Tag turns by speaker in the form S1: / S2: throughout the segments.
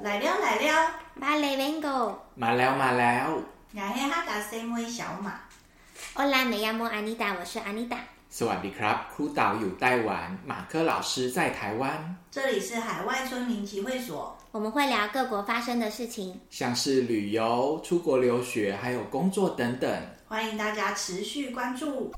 S1: 来了来了，
S2: 马雷文狗，
S3: มาแล้วมาแล้ว
S1: 雅黑哈达 C 位小马，
S2: 欧拉美亚莫安妮达，我是安妮达。
S3: สวัสดีครับ ครูเต่าอยู่ไต้หวัน 马克老师在台湾
S1: 这里是海外村民集会所。
S2: 我们会聊各国发生的事情。
S3: 像是旅游、出国留学，还有工作等等。
S1: 欢迎大家持续关注。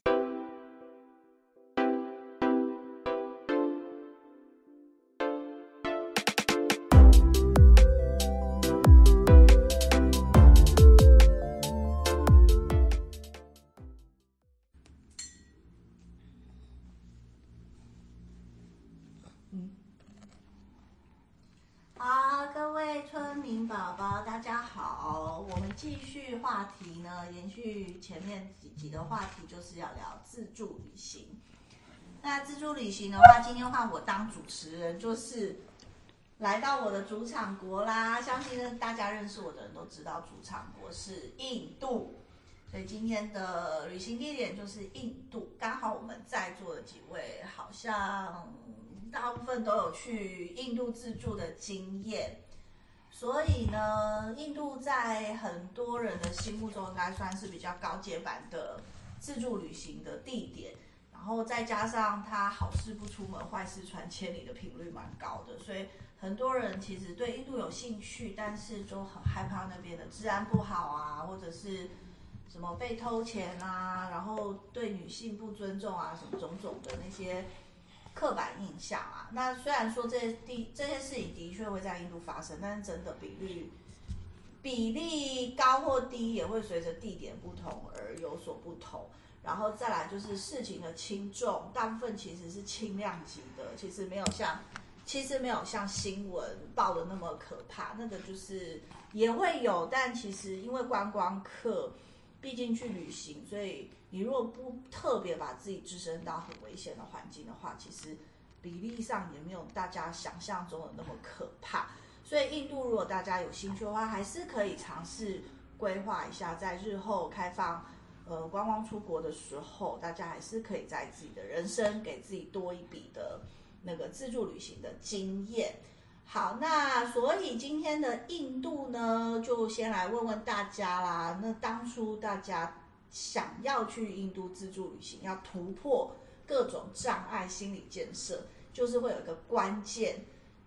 S1: 啊，各位村民宝宝，大家好！我们继续话题呢，延续前面几集的话题，就是要聊自助旅行。那自助旅行的话，今天换我当主持人，就是来到我的主场国啦。相信大家认识我的人都知道，主场国是印度。所以今天的旅行地点就是印度，刚好我们在座的几位好像大部分都有去印度自助的经验，所以呢，印度在很多人的心目中应该算是比较高阶版的自助旅行的地点。然后再加上它好事不出门，坏事传千里的频率蛮高的，所以很多人其实对印度有兴趣，但是就很害怕那边的治安不好啊，或者是什么被偷钱啊，然后对女性不尊重啊，什么种种的那些刻板印象啊。那虽然说这些地这些事情的确会在印度发生，但是真的比率比例高或低也会随着地点不同而有所不同。然后再来就是事情的轻重，大部分其实是轻量级的，其实没有像其实没有像新闻报的那么可怕，那个就是也会有，但其实因为观光客毕竟去旅行，所以你如果不特别把自己置身到很危险的环境的话，其实比例上也没有大家想象中的那么可怕。所以印度如果大家有兴趣的话，还是可以尝试规划一下，在日后开放呃观光出国的时候，大家还是可以在自己的人生给自己多一笔的那个自助旅行的经验。好，那所以今天的印度呢，就先来问问大家啦。那当初大家想要去印度自助旅行，要突破各种障碍，心理建设就是会有一个关键，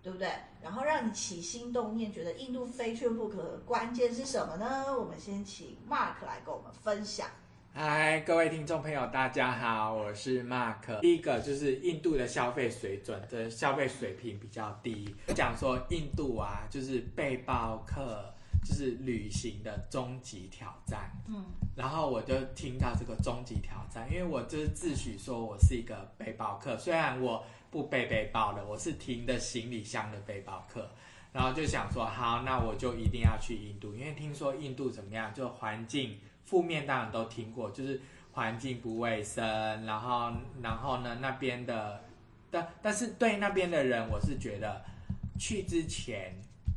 S1: 对不对？然后让你起心动念，觉得印度非去不可的关键是什么呢？我们先请 Mark 来跟我们分享。
S3: 嗨，各位听众朋友，大家好，我是 Mark。第一个就是印度的消费水准，的消费水平比较低。讲说印度啊，就是背包客，就是旅行的终极挑战。
S1: 嗯，
S3: 然后我就听到这个终极挑战，因为我就是自诩说我是一个背包客，虽然我不背背包的，我是提着行李箱的背包客。然后就想说，好，那我就一定要去印度，因为听说印度怎么样，就环境负面当然都听过，就是环境不卫生，然后然后呢那边的，但但是对那边的人，我是觉得去之前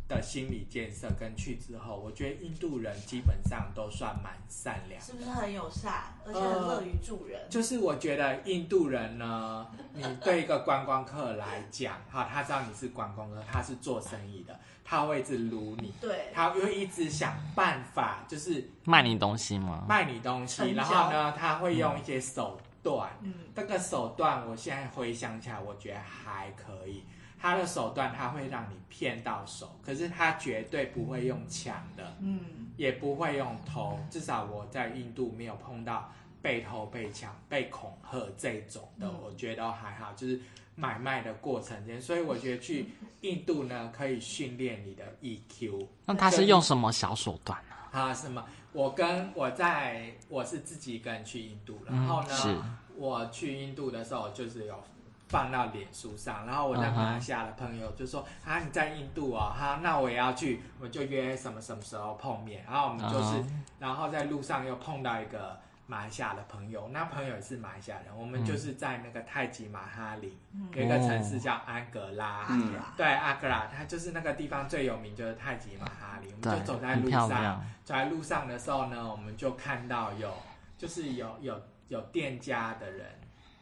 S3: 的心理建设跟去之后，我觉得印度人基本上都算蛮善良的
S1: 是不是很友善，而且很乐于助人？
S3: 就是我觉得印度人呢，你对一个观光客来讲， 哈，他知道你是观光客，他是做生意的，他会一直撸你，
S1: 对，
S3: 他会一直想办法，就是
S4: 卖你东西吗？
S3: 卖你东
S1: 嗯
S3: 西，
S1: 成交
S3: 然后呢，他会用一些手段，
S1: 嗯，
S3: 这个手段我现在回想起来，我觉得还可以。他的手段他会让你骗到手，可是他绝对不会用抢的，
S1: 嗯，
S3: 也不会用偷，至少我在印度没有碰到被偷、被抢、被恐吓这种的，
S1: 嗯
S3: 我觉得还好，就是买卖的过程间，所以我觉得去印度呢，可以训练你的 E EQ
S4: 那他是用什么小手段呢、
S3: 啊什么。我跟我在我是自己一个人去印度，然后呢，
S4: 嗯是
S3: 我去印度的时候就是有放到脸书上，然后我在马
S4: 啊
S3: 来西亚的朋友就说、啊你在印度哦，哈、那我也要去，我们就约什么什么时候碰面，然后我们
S4: 啊
S3: 就是然后在路上又碰到一个马来西亚的朋友，那朋友也是马来西亚人，我们就是在那个泰姬马哈林、
S4: 嗯
S3: 有一个城市叫安格拉，
S1: 嗯哦
S3: 对阿格拉，它就是那个地方最有名就是泰姬马哈林，我
S4: 对
S3: 们就走，在
S4: 很
S3: 路
S4: 漂
S3: 上，哎
S4: 亮。
S3: 走在路上的时候呢，我们就看到有就是有有有店家的人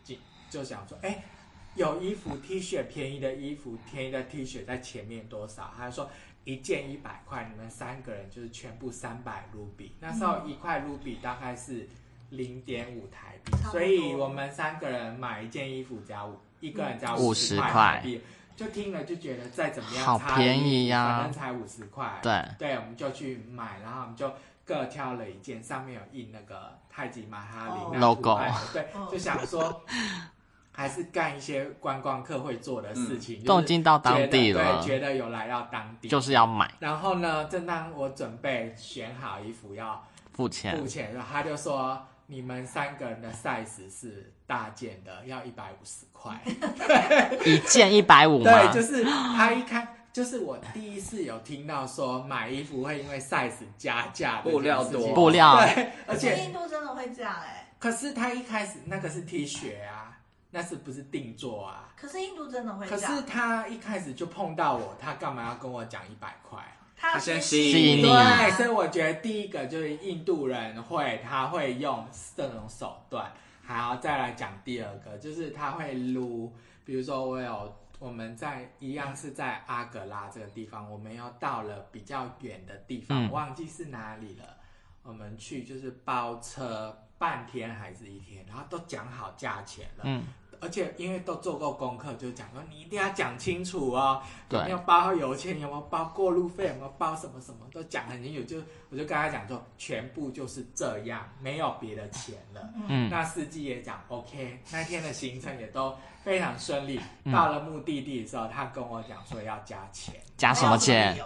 S3: 就就想说，哎、有衣服 T 恤便宜的衣服，便宜的 T 恤在前面多少？他说一件一百块，你们三个人就是全部三百卢比，那时
S1: 嗯
S3: 候一块卢比大概是零点五台币
S1: 差，不多
S3: 所以我们三个人买一件衣服只要五，一个人只要
S4: 嗯
S3: 十
S4: 50块
S3: 台币，就听了就觉得再怎么样
S4: 好
S3: 差
S4: 便
S3: 一
S4: 宜呀
S3: 反正才五十块，
S4: 对，
S3: 对，我们就去买，然后我们就各挑了一件，上面有印那个太极马哈
S1: 哦
S3: 里那
S4: Logo
S3: 图案的对
S1: 哦，
S3: 就想说还是干一些观光客会做的事情，
S4: 都
S3: 就
S4: 已
S3: 是
S4: 经嗯到当地
S3: 觉得
S4: 了
S3: 对，，觉得有来到当地。
S4: 就是要买
S3: 然后呢，正当我准备选好衣服要
S4: 付钱
S3: 付，钱的时候，他就说你们三个人的 size 是大件的，要一百五十块。
S4: 一件一百五吗？
S3: 对，就是他一看，就是我第一次有听到说买衣服会因为 size 加价这件事情，
S5: 布料多
S4: 布料
S3: 对，而
S1: 而且
S3: 且
S1: 印度真的会这样哎、
S3: 可是他一开始那个是 T 恤啊，那是不是定做啊？
S1: 可是印度真的会
S3: 可
S1: 这样，
S3: 是他一开始就碰到我，他干嘛要跟我讲一百块？啊
S1: 他
S5: 他先
S1: 吸
S5: 吸
S4: 吸引
S1: 你
S4: 你啊
S3: 对，哎所以我觉得第一个就是印度人会，他会用这种手段。好，再来讲第二个，就是他会撸，比如说我有我们在一样是在阿格拉这个地方，我们要到了比较远的地方，
S4: 嗯
S3: 我忘记是哪里了。我们去就是包车半天还是一天，然后都讲好价钱了，
S4: 嗯，
S3: 而且因为都做过功课，就讲说你一定要讲清楚哦，
S4: 对
S3: 有没有包油钱，有没有包过路费，有没有包什么什么，都讲很清楚。就我就跟他讲说，全部就是这样，没有别的钱了。
S4: 嗯
S3: 那司机也讲 OK，那天的行程也都非常顺利。
S4: 嗯
S3: 到了目的地的时候，他跟我讲说要加钱，
S4: 加什么钱？？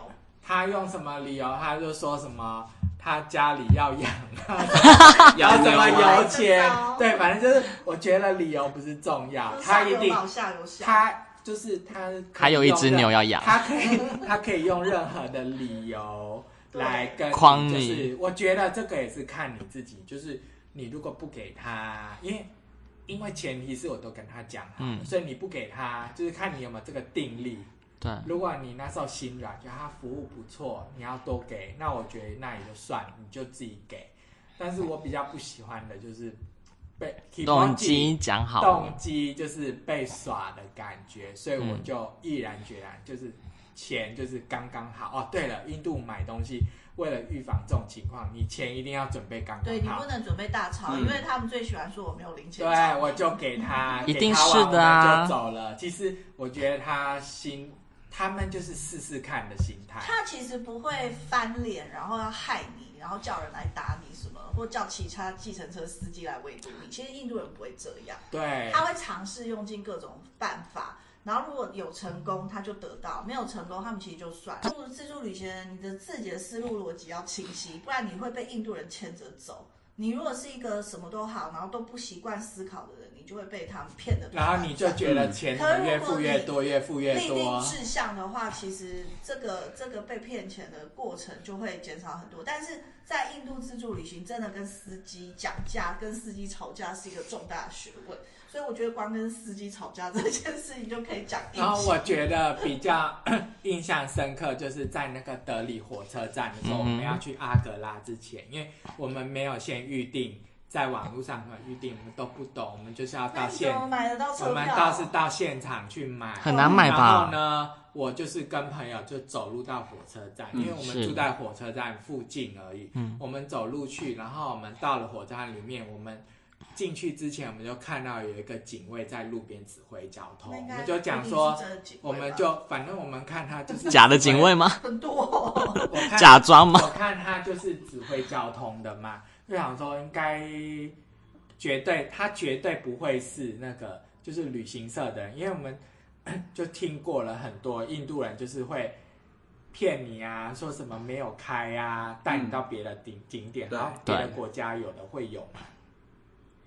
S3: 他用什么理由？他就说什么他家里要 养啊，
S5: 要
S3: 怎
S5: 牛
S3: 么
S5: 啊
S3: 油钱
S1: 哦？
S3: 对，反正就是我觉得理由不是重要，他一定
S1: 往下有下，
S3: 他就是他可以
S4: 还有一只牛
S3: 用
S4: 要养
S3: 任，，他可以他可以用任何的理由来跟
S4: 框
S3: 就
S4: 你
S3: 是我觉得这个也是看你自己，就是你如果不给他，因为因为前提是我都跟他讲好，
S4: 嗯
S3: 所以你不给他，就是看你有没有这个定力。
S4: 对，
S3: 如果你那时候心软，觉得他服务不错，你要多给，那我觉得那也就算，你就自己给。但是我比较不喜欢的就是被
S4: 动机讲好
S3: 动
S4: 了，
S3: 机就是被耍的感觉，所以我就毅然决然，就是钱就是刚刚好。哦，对了，印度买东西为了预防这种情况，你钱一定要准备刚
S1: 对你
S3: 刚
S1: 不
S3: 好。
S1: 能准备大钞，
S5: 嗯
S1: 因为他们最喜欢说我没有零钱。
S3: 对，我就给他，
S4: 一定
S3: 给他完
S4: 是的啊
S3: 我们就走了。其实我觉得他心，他们就是试试看的心态。
S1: 他其实不会翻脸，然后要害你，然后叫人来打你什么，或叫其他计程车司机来围堵你。其实印度人不会这样，
S3: 对，
S1: 他会尝试用尽各种办法。然后如果有成
S3: 嗯
S1: 功，他就得到；没有成功，他们其实就算。自助自助旅行人，你的自己的思路逻辑要清晰，不然你会被印度人牵着走。你如果是一个什么都好，然后都不习惯思考的人，你就会被他们骗的。
S3: 然后你就觉得钱怎么越付越多，越付越
S1: 立定
S3: 多。啊
S1: 志向的话，其实这个这个被骗钱的过程就会减少很多。但是在印度自助旅行，真的跟司机讲价、跟司机吵架是一个重大的学问。所以我觉得光跟司机吵架这 件事情就可以讲一
S3: 然后
S1: 集。
S3: 我觉得比较 印象深刻，就是在那个德里火车站的时候，
S4: 嗯
S3: 我们要去阿格拉之前，因为我们没有先预定，在网络上可能预定，我们都不懂，我们就是要
S1: 那
S3: 到
S1: 你怎
S3: 现，
S1: 么买得到车
S3: 我
S1: 票？
S3: 们倒是到现场去买。
S4: 很难买
S3: 然后
S4: 吧？
S3: 呢，我就是跟朋友就走路到火车站，
S5: 嗯
S3: 因为我们
S4: 是
S3: 住在火车站附近而已。
S4: 嗯
S3: 我们走路去，然后我们到了火车站里面，我们进去之前，我们就看到有一个警卫在路边指挥交通，
S1: 那应
S3: 我
S1: 该
S3: 们就讲说
S1: 一，定是这几位吧
S3: 我们就反正我们看他就是
S4: 假的警卫，吗？
S1: 很多哦、
S3: 我看
S4: 假装吗？
S3: 我看他就是指挥交通的嘛，就想说应该绝对他绝对不会是那个就是旅行社的人，因为我们 就听过了很多印度人就是会骗你啊，说什么没有开啊，带你到别的景景点，
S5: 对
S3: 然后别的
S4: 对
S3: 国家有的会有嘛，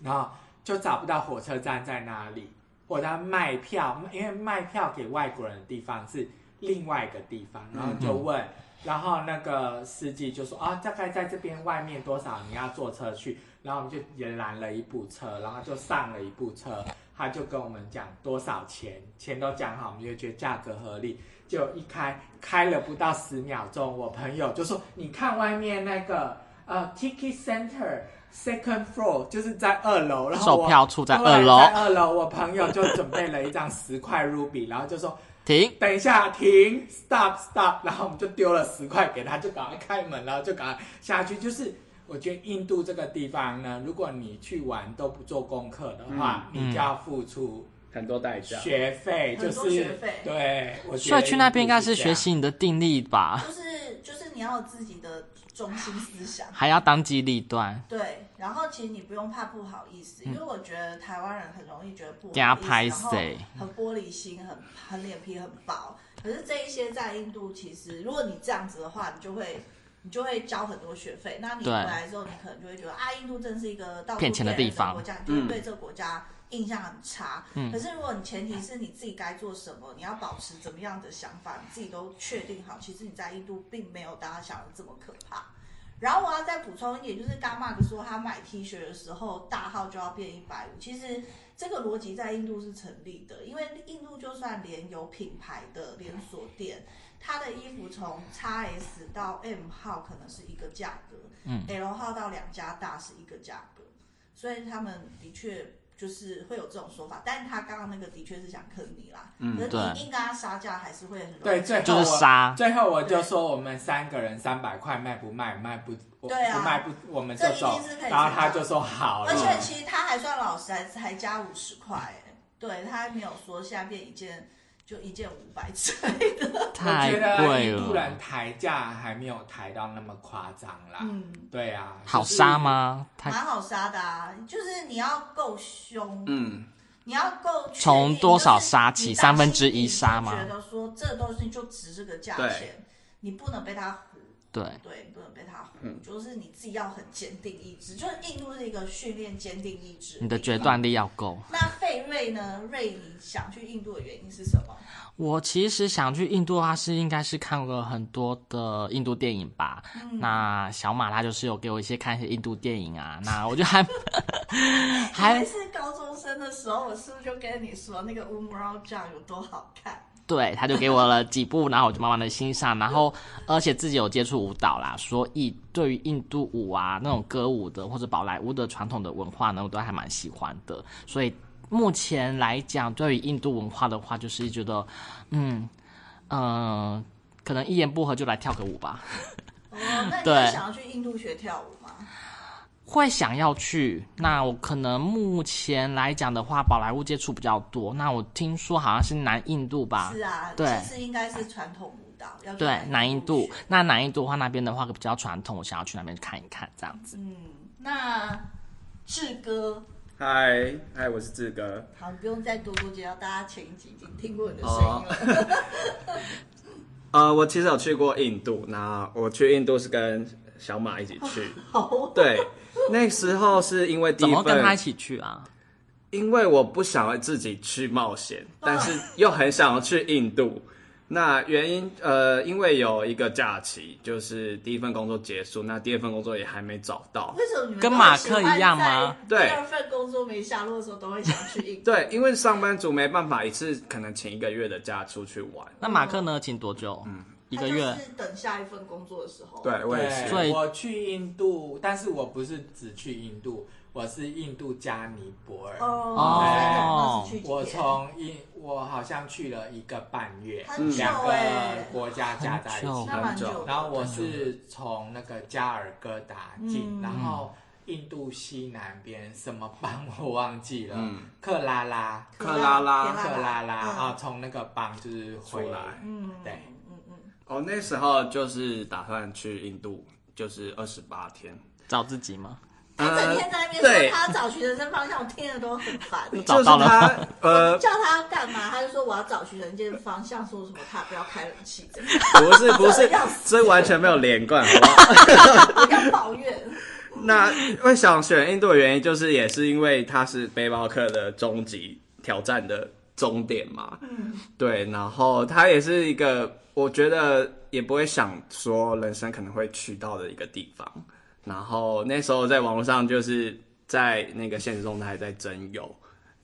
S3: 然后就找不到火车站在哪里，或者他卖票，因为卖票给外国人的地方是另外一个地方，然后就问。然后那个司机就说啊，大概在这边外面多少，你要坐车去。然后我们就延拦了一部车，然后就上了一部车，他就跟我们讲多少钱，钱都讲好，我们就觉得价格合理。就一开开了不到十秒钟，我朋友就说：“你看外面那个。”呃 Tiki Center second floor，就是在二楼，然后我
S4: 售票处在
S3: 对
S4: 二楼
S3: 在二楼，我朋友就准备了一张十块 ruby，然后就说
S4: 停，
S3: 等一下停，stop stop，然后我们就丢了十块给他，就赶快开门，然后就赶快下去。就是我觉得印度这个地方呢，如果你去玩都不做功课的话，
S4: 嗯
S3: 你就要付出
S5: 很多代价。
S3: 学费，就
S1: 很多
S3: 是
S1: 学费
S3: 对，我觉
S4: 所
S3: 得
S4: 以去那边应该
S3: 印度
S4: 是
S3: 这样
S4: 学。习你的定力吧，
S1: 就是就是你要有自己的中心思想。
S4: 还要当机立断，
S1: 对，然后其实你不用怕不好意思，因为我觉得台湾人很容易觉得不好意思，
S4: 嗯给他拍
S1: 然后
S4: 谁
S1: 很玻璃心，很很脸皮很薄。可是这一些在印度，其实如果你这样子的话，你就会你就会交很多学费。那你回
S4: 对
S1: 来之后，你可能就会觉得啊，印度真是一个到处
S4: 骗钱的
S1: 骗人
S4: 地方
S1: 国家，你就会对这个国家印象很差。
S4: 嗯
S1: 可是如果你前提是你自己该做什么，你要保持怎么样的想法，你自己都确定好，其实你在印度并没有大家想的这么可怕。然后我要再补充一点，就是刚 Mark 说他买 T 恤的时候大号就要变一百五，其实这个逻辑在印度是成立的，因为印度就算连有品牌的连锁店，它的衣服从 XS 到 M 号可能是一个价格，
S4: 嗯
S1: ，L 号到两家大是一个价格，所以他们的确就是会有这种说法，但是他刚刚那个的确是想坑你啦，嗯可是
S4: 对
S1: 你硬跟他杀价还是会很容易
S3: 对，最后
S4: 就是
S3: 我
S4: 杀
S3: 最后我就说我们三个人三百块卖不卖？卖不，我
S1: 对啊
S3: 不卖不，我们就
S1: 这一定
S3: 走
S1: 是可以。成
S3: 然后他
S1: 交
S3: 就说好了。
S1: 而且其实他还算老实，还还加五十块，哎对他还没有说现在变一件就一件五百之类的。
S4: 太
S3: 我觉得
S4: 贵
S3: 印度人
S4: 了，
S3: 抬价还没有抬到那么夸张啦。
S1: 嗯，
S3: 对啊，
S4: 好
S3: 就是
S4: 杀？吗？
S1: 蛮
S4: 太
S1: 好杀的啊，就是你要够凶，
S5: 嗯，
S1: 你要够确定
S4: 从多少杀起
S1: 就是你
S4: 三分之一杀吗
S1: 你就觉得说这东西就值这个价钱，你不能被他唬
S4: 对，
S1: 对，你不能被他唬，
S4: 嗯
S1: 就是你自己要很坚定意志。就是印度是一个训练坚定意志，
S4: 你的决。断力要够。
S1: 那费瑞呢？瑞，你想去印度的原因是什么？
S4: 我其实想去印度的话，是应该是看了很多的印度电影吧。那小马他就是有给我一些看一些印度电影啊， 那我就还
S1: 还
S4: 还
S1: 是高中生的时候，我是不是就跟你说那个乌木肉酱有多好看？
S4: 对，他就给我了几部，然后我就慢慢的欣赏，然后而且自己有接触舞蹈啦，所以对于印度舞啊那种歌舞的或者宝莱坞的传统的文化呢，我都还蛮喜欢的。所以目前来讲，对于印度文化的话，就是觉得，嗯，呃，可能一言不合就来跳个舞吧。
S1: 哦，那你
S4: 对
S1: 有想要去印度学跳舞吗？
S4: 会想要去。那我可能目前来讲的话，宝莱坞接触比较多。那我听说好像是南印度吧？
S1: 是啊，
S4: 对
S1: 其实应该是传统舞蹈，要去
S4: 对，南印度
S1: 学。
S4: 那南印度的话，那边的话比较传统，我想要去那边看一看这样子。
S1: 嗯，那志哥，
S5: 嗨嗨，我是志哥。
S1: 好，你不用再多多介绍，大家前一集已经听过你的声音了。
S4: 哦
S5: 呃，我其实有去过印度，那我去印度是跟小马一起去。
S1: 好，
S5: 对，那时候是因为第
S4: 怎
S5: 一
S4: 么跟他一
S5: 份，
S4: 起去啊？
S5: 因为我不想要自己去冒险，但是又很想要去印度。那原因呃，因为有一个假期，就是第一份工作结束，那第二份工作也还没找到。
S1: 为什么你们
S4: 跟马克一样吗？
S5: 对
S1: 第二份工作没下落的时候，都会想去印度。
S5: 对，因为上班族没办法一次可能请一个月的假出去玩。
S4: 那马克呢？请多久？嗯， 一个
S1: 嗯他
S4: 月
S1: 就。是等下一份工作的时候。
S5: 对，我也
S4: 所以
S3: 对，
S5: 是。
S3: 我去印度，但是我不是只去印度，我是印度加尼泊尔。
S1: 哦，那是去几
S3: 我
S1: 天
S3: 从印，我好像去了一个半月，
S1: 很久
S3: 两
S1: 欸
S3: 个国家加在一
S4: 很久
S3: 起。
S1: 那蛮久的。
S3: 然后我是从那个加尔各答进，
S1: 嗯
S3: 然后印度西南边什么邦我忘记了，
S5: 嗯
S3: 克拉拉，
S5: 克拉拉
S3: 克拉拉
S1: 嗯
S3: 啊，从那个邦就是回
S5: 出来
S1: 嗯，
S3: 对
S1: 嗯嗯
S5: 哦，那时候就是打算去印度，就是二十八天。
S4: 找自己吗？
S1: 嗯他整天在那边说
S5: 呃对
S1: 他找寻人生方向，我听了都很烦。
S4: 找到了吗
S5: 就是他 呃，
S1: 叫他干嘛？他就说我要找寻人间方向，说什么他不要开冷气，这 样
S5: 不是不
S1: 这
S5: 是
S1: 样，
S5: 这完全没有连贯，好不好？
S1: 不要抱怨。
S5: 那会想选印度的原因，就是也是因为它是背包客的终极挑战的终点嘛。对，然后它也是一个，我觉得也不会想说人生可能会去到的一个地方。然后那时候在网络上就是在那个现实中，他还在征友，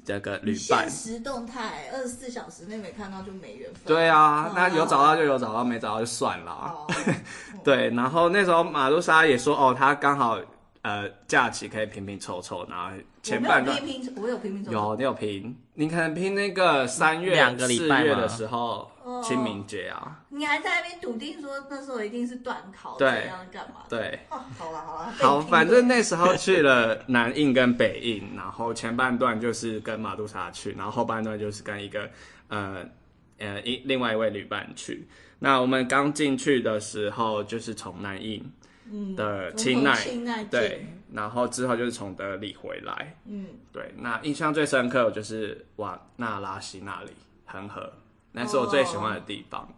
S5: 这个旅
S1: 现。
S5: 伴
S1: 实动态二十四小时内没看到就没缘分。
S5: 对啊
S1: 嗯，
S5: 那有找到就有找到，没找到就算啦。
S1: 哦，
S5: 对，然后那时候马路莎也说，哦，她刚好呃假期可以拼拼凑凑，然后前半
S1: 我
S5: 段
S1: 没有批评，我有批评总
S5: 有你有拼，你可能拼那个三月
S4: 两个礼拜吗
S5: 四月的时候
S1: 哦，
S5: 清明节啊，
S1: 你还在那边笃定说那时候一定是断考，
S5: 对
S1: 怎样干嘛？
S5: 对。
S1: 哦，好了好了，被
S5: 好，
S1: 评
S5: 反正那时候去了南印跟北印，然后前半段就是跟马杜莎去，然后后半段就是跟一个呃呃一另外一位旅伴去。那我们刚进去的时候就是从南印
S1: 嗯
S5: 的
S1: 从
S5: 清奈，
S1: 清奈进
S5: 对，然后之后就是从德里回来，
S1: 嗯，
S5: 对。那印象最深刻的就是瓦纳拉西那里恒河，那是我最喜欢的地方。
S1: 哦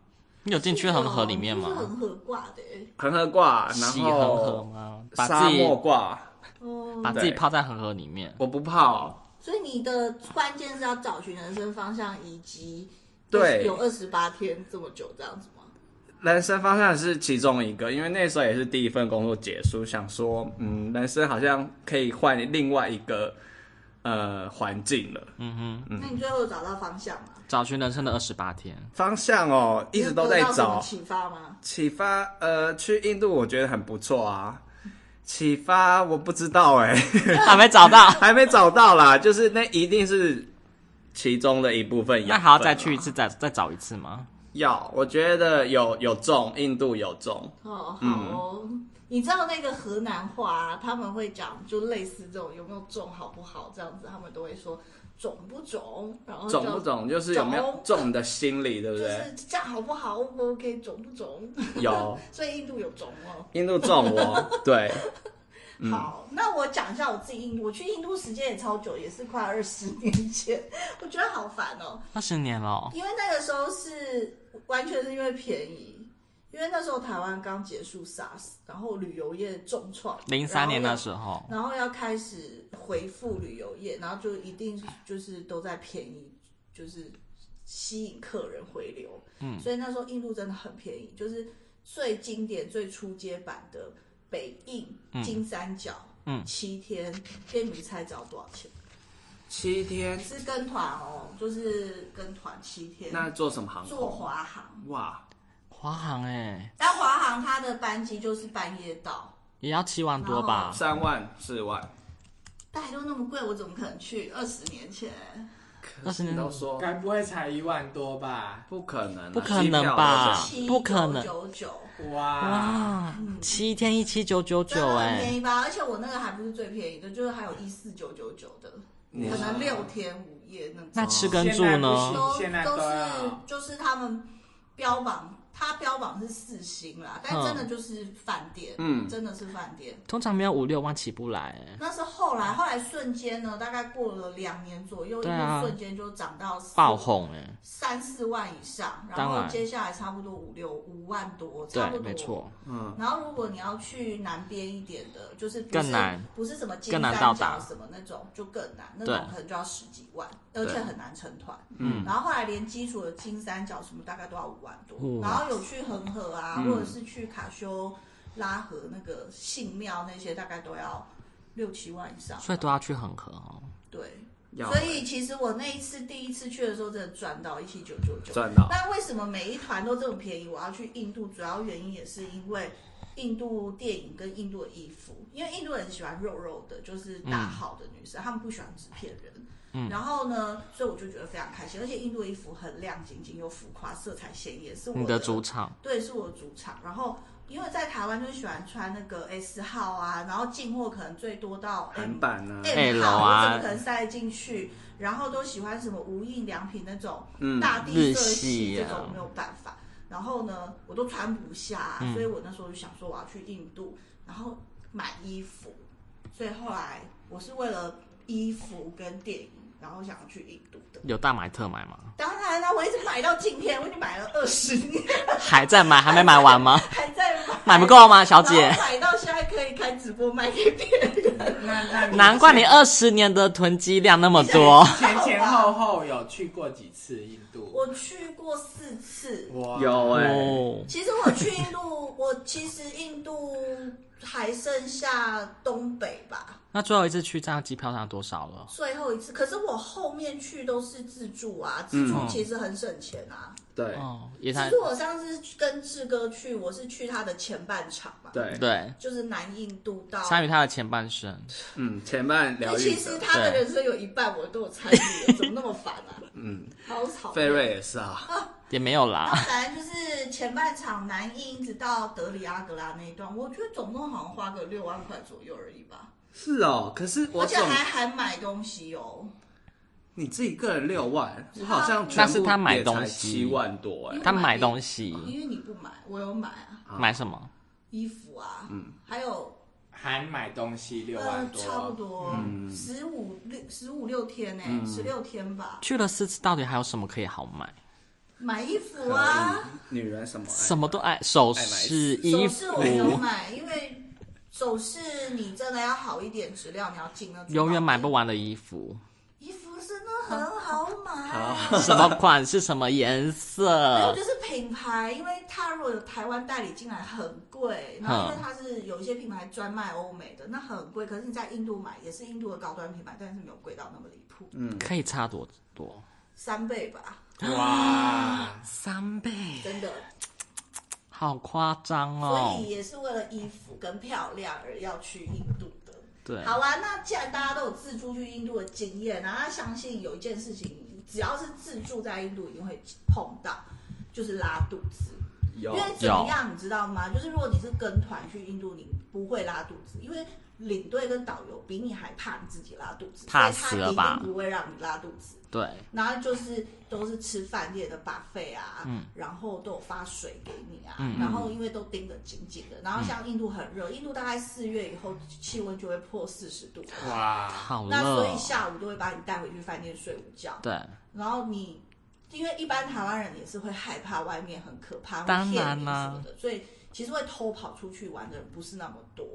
S4: 你有进去恒河里面
S1: 就是
S4: 吗？
S1: 恒河挂的欸耶
S5: 恒河挂，然
S4: 洗恒河
S5: 后
S4: 吗？把
S5: 沙
S4: 自己
S5: 漠挂，
S1: 哦，
S4: 把自己
S5: 对
S4: 泡在恒河里面。
S5: 我不哦泡。
S1: 所以你的关键是要找寻人生方向，以及
S5: 对
S1: 有二十八天这么久这样子吗？
S5: 人生方向是其中一个，因为那时候也是第一份工作结束，想说，嗯，人生好像可以换另外一个呃环境了。
S4: 嗯哼，
S1: 那你最后有找到方向吗？
S4: 找寻人生的二十八天。
S5: 方向哦，一直都在
S1: 你有得到什么
S5: 找
S1: 启发吗？
S5: 启发。呃，去印度我觉得很不错啊，启发我不知道哎、
S4: 还没找到，
S5: 还没找到啦，就是那一定是其中 的一啊部分养分
S4: 那
S5: 啦。
S4: 还要再去一次，再再找一次吗？
S5: 要，我觉得有有中，印度有中。
S1: 哦，好哦。
S5: 嗯
S1: 你知道那个河南话、啊，他们会讲就类似这种有没有种好不好这样子，他们都会说种不种，然后就
S5: 中不中就是有没有
S1: 哦中
S5: 中你的心理，对不
S1: 就
S5: 对？
S1: 是这样好不好？O 不 OK？种不 种？
S5: 有
S1: 所以印度有种哦。
S5: 印度中我， 对，嗯
S1: 好，那我讲一下我自己印度，我去印度时间也超久，也是快二十年前，我觉得好烦哦。
S4: 二十年了哦，
S1: 因为那个时候是完全是因为便宜，因为那时候台湾刚结束 SARS，然后旅游业重创，
S4: 零三年的时
S1: 候。
S4: 候，
S1: 然后要开始回复旅游业，然后就一定就是都在便宜，就是吸引客人回流。嗯，所以那时候印度真的很便宜，就是最经典、最初阶版的北印、金三角，
S4: 嗯
S1: 七天，给你们猜找多少钱？
S5: 七天，
S1: 是跟团哦，就是跟团七天，
S5: 那做什么航空？
S1: 坐华航，
S5: 哇，
S4: 华航哎，
S1: 但华航它的班机就是半夜到，
S4: 也要七万多吧？
S5: 三万四万，
S1: 大家都那么贵，我怎么可能去？二十年前，
S4: 二十年
S5: 你都说
S3: 该不会才一万多吧？
S5: 不可能啊、
S4: 不可能吧
S5: 机票都是
S1: 七
S4: 啊不可能
S1: 九九
S3: 哇，
S4: 哇，啊七天一七九九
S1: 真
S4: 九
S1: 的很便
S4: 哎，
S1: 宜吧？而且我那个还不是最便宜的，就是还有一四九九九的，
S3: 嗯
S5: 你
S1: 可
S5: 说
S1: 能六天五夜那种。
S4: 那吃跟
S3: 现
S4: 住
S3: 在不
S4: 呢？
S3: 行
S1: 都
S3: 哦现在
S1: 都
S3: 都
S1: 是
S3: 要
S1: 就是他们标榜，它标榜是四星啦，但
S4: 嗯
S1: 真的就是饭店，
S5: 嗯
S1: 真的是饭店。
S4: 通常没有五六万起不来哎，
S1: 那是后来，后来瞬间呢，大概过了两年左右，因
S4: 对
S1: 为
S4: 啊
S1: 瞬间就涨到四
S4: 爆红哎，
S1: 三四万以上，然
S4: 当
S1: 后
S4: 然
S1: 接下来差不多五六五万多，差不
S4: 对，
S1: 多。
S4: 没错，
S5: 嗯，
S1: 然后如果你要去南边一点的，就是不是
S4: 更难，
S1: 不是什么金
S4: 更难
S1: 三
S4: 到达
S1: 角什么那种就更难，那种
S4: 对
S1: 可能就要十几万，而且很难成团。
S5: 嗯，
S1: 然后后来连基础的金三角什么大概都要五万多，
S4: 哇
S1: 然后有去恒河啊，
S5: 嗯
S1: 或者是去卡修拉河那个信庙那些，大概都要六七万以上吧。
S4: 所以都要去恒河哦。
S1: 对，
S5: 要
S1: 所以其实我那一次第一次去的时候，真的赚到一七九九九。
S5: 赚到
S1: 那为什么每一团都这么便宜？我要去印度，主要原因也是因为印度电影跟印度的衣服，因为印度人喜欢肉肉的，就是大好的女生，他们不喜欢纸片人。
S4: 嗯
S1: 然后呢，所以我就觉得非常开心，而且印度的衣服很亮晶晶又浮夸，色彩鲜艳，是我
S4: 你的主场
S1: 对，是我的主场。然后因为在台湾就是喜欢穿那个 S 号啊，然后进货可能最多到 M
S5: 韩版呢、
S1: M
S4: 楼
S1: 号，
S4: 啊
S1: 我怎么可能塞得进去？然后都喜欢什么无印良品那种
S5: 嗯
S1: 大地色
S4: 日系
S1: 这
S4: 啊
S1: 种没有办法。然后呢，我都穿不下、啊
S4: 嗯
S1: 所以我那时候就想说我要去印度，然后买衣服。所以后来我是为了衣服跟电影，然后想要去印度的。
S4: 有大买特买吗？
S1: 当然啦，我一直买到今天，我已经买了二十年，
S4: 还在买，还没买完吗？
S1: 还在买，
S4: 买不够吗，小姐
S1: 然后？买到现在可以开直播卖给别人。
S3: 那那你
S4: 难怪你二十年的囤积量那么多。
S3: 前前后后有去过几次印度？
S1: 我去过四次，
S3: 我
S5: 有哎、
S4: 哦，
S1: 其实 我去印度，我其实印度还剩下东北吧，
S4: 那最后一次去这样机票上多少了？
S1: 最后一次，可是我后面去都是自助啊，自助其实很省钱啊。
S5: 对
S4: 哦，也
S1: 其
S4: 才
S1: 实我上次跟志哥去，我是去他的前半场嘛，，
S5: 对，
S4: 对，
S1: 就是南印度到。
S4: 参与他的前半生。
S5: 嗯，前半
S1: 因
S5: 疗
S1: 为
S5: 愈
S1: 哎其实
S5: 者，
S1: 他的人生有一半我都有参与，怎么那么烦啊？
S5: 嗯，
S1: 好吵。
S5: 费瑞也是啊，
S4: 也没有
S1: 他
S4: 啦，
S1: 反正就是前半场南印一直到德里阿格拉那一段，我觉得总共好像花个六万块左右而已吧，
S5: 是哦，可是我
S1: 而且
S5: 总
S1: 还还买东西哦。
S5: 你自己一个人六万，
S1: 啊
S5: 我好像
S4: 那是他买东西
S5: 七万多哎、
S1: 因为
S4: 他买东西
S1: 因为你不买，我有买啊，
S4: 买什么？
S1: 衣服啊，还有
S3: 还买东西六
S1: 呃
S3: 万，多，
S1: 差不多十五六十五六天呢、十六天吧，
S4: 去了四次，到底还有什么可以好买？
S1: 买衣服
S5: 啊
S1: 啊，，
S5: 女人什么爱
S4: 什么都爱，首
S5: 爱买
S4: 饰、衣
S1: 首
S4: 服
S1: 饰，我没有买，因为首饰你真的要好一点质量，你要进那种
S4: 永远买
S1: 好
S4: 不完的衣服，
S1: 衣服真的很好买。啊
S4: 什么款式、什么颜
S1: 还有
S4: 色
S1: 就，是品牌，因为它如果有台湾代理进来很贵，然后因为它是有一些品牌专卖欧美的，那很贵。可是你在印度买也是印度的高端品牌，但是没有贵到那么离谱，
S5: 嗯
S4: 可以差多多？
S1: 三倍吧，
S3: 哇，
S4: 三倍，
S1: 真的。
S4: 好夸张
S1: 所
S4: 哦
S1: 以！也是为了衣服跟漂亮而要去印度的。
S4: 对，
S1: 好啊，那既然大家都有自助去印度的经验，然后相信有一件事情，只要是自助在印度一定会碰到，就是拉肚子。
S5: 有
S1: 因为怎么样，你知道吗？就是如果你是跟团去印度，你不会拉肚子，因为领队跟导游比你还怕你自己拉肚子，所
S4: 怕
S1: 以
S4: 死了
S1: 他
S4: 吧
S1: 一定不会让你拉肚子。
S4: 对，
S1: 然后就是都是吃饭店的 buffet 啊，
S4: 嗯
S1: 然后都有发水给你啊，然后因为都盯得紧紧的，然
S4: 嗯
S1: 后像印度很热，印度大概四月以后气温就会破四十度，
S3: 哇，
S4: 好
S1: 那所
S4: 热
S1: 以
S4: 哦，
S1: 下午都会把你带回去饭店睡午觉，
S4: 对，
S1: 然后你，因为一般台湾人也是会害怕外面很可怕，会
S4: 当
S1: 骗
S4: 然
S1: 你
S4: 啦
S1: 什么的，所以其实会偷跑出去玩的人不是那么多，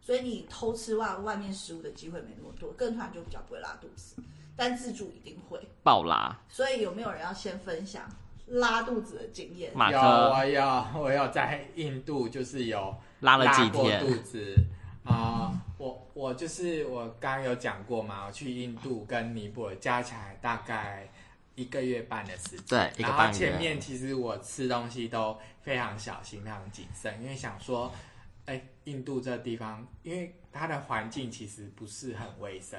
S1: 所以你偷吃外外面食物的机会没那么多，跟团就比较不会拉肚子，但自助一定会。
S4: 爆拉
S1: 所以有没有人要先分享拉肚子的经验？
S4: 马
S3: 有啊
S4: 哥
S3: 我有我有在印度就是有
S4: 拉了几
S3: 过
S4: 天
S3: 肚，子啊、我我就是我刚刚有讲过嘛，我去印度跟尼泊尔加起来大概一个月半的时间。
S4: 对，一个
S3: 然后
S4: 半
S3: 前
S4: 月，
S3: 面其实我吃东西都非常小心、非常谨慎，因为想说，哎，印度这地方，因为它的环境其实不是很卫生。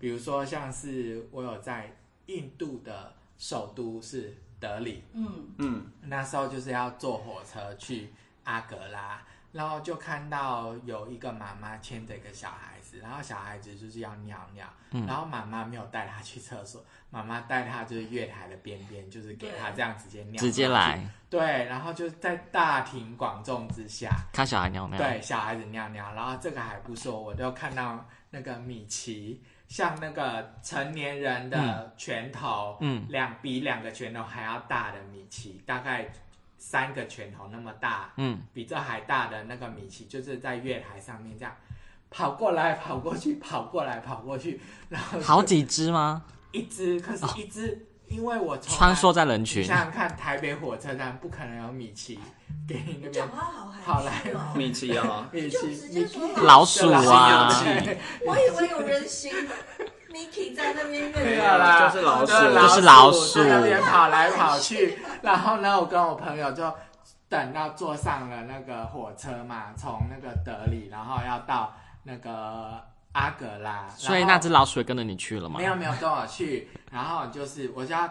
S3: 比如说，像是我有在印度的首都是德里，
S1: 嗯，
S3: 那时候就是要坐火车去阿格拉，然后就看到有一个妈妈牵着一个小孩子，然后小孩子就是要尿尿，
S4: 嗯
S3: 然后妈妈没有带他去厕所，妈妈带他就是月台的边边，就是给他这样直接尿，
S4: 直接来，
S3: 对，然后就在大庭广众之下，
S4: 看小孩尿尿，
S3: 对，小孩子尿尿，然后这个还不说，我都看到那个米奇像那个成年人的拳头，
S4: 嗯，
S3: 两比两个拳头还要大的米奇，大概三个拳头那么大，
S4: 嗯，
S3: 比这还大的那个米奇，就是在月台上面这样跑过来跑过去，跑过来跑过去，然后就
S4: 好几只吗？
S3: 一只，可是一只，因为我从
S4: 穿
S3: 来
S4: 梭在人
S3: 你
S4: 群，
S3: 想想看，台北火车站不可能有米奇给你那
S1: 你
S3: 边
S1: 讲。话好
S3: 好
S1: 含
S3: 来
S1: 蓄哦，
S5: 米奇啊，
S3: 米
S1: 你
S3: 奇
S1: 就直接说
S4: 老鼠啊
S5: 是有气
S1: 我以为有人形 Mickey 在那边
S3: 没
S1: 越来越
S3: 有啦，
S5: 哎就是老鼠
S4: 就是老鼠
S3: 在那边跑来跑去。然后呢，我跟我朋友就等到坐上了那个火车嘛，从那个德里，然后要到那个阿格拉。
S4: 所以
S3: 然后
S4: 那只老鼠也跟着你去了吗
S3: 没？有没有跟我去，然后就是我就要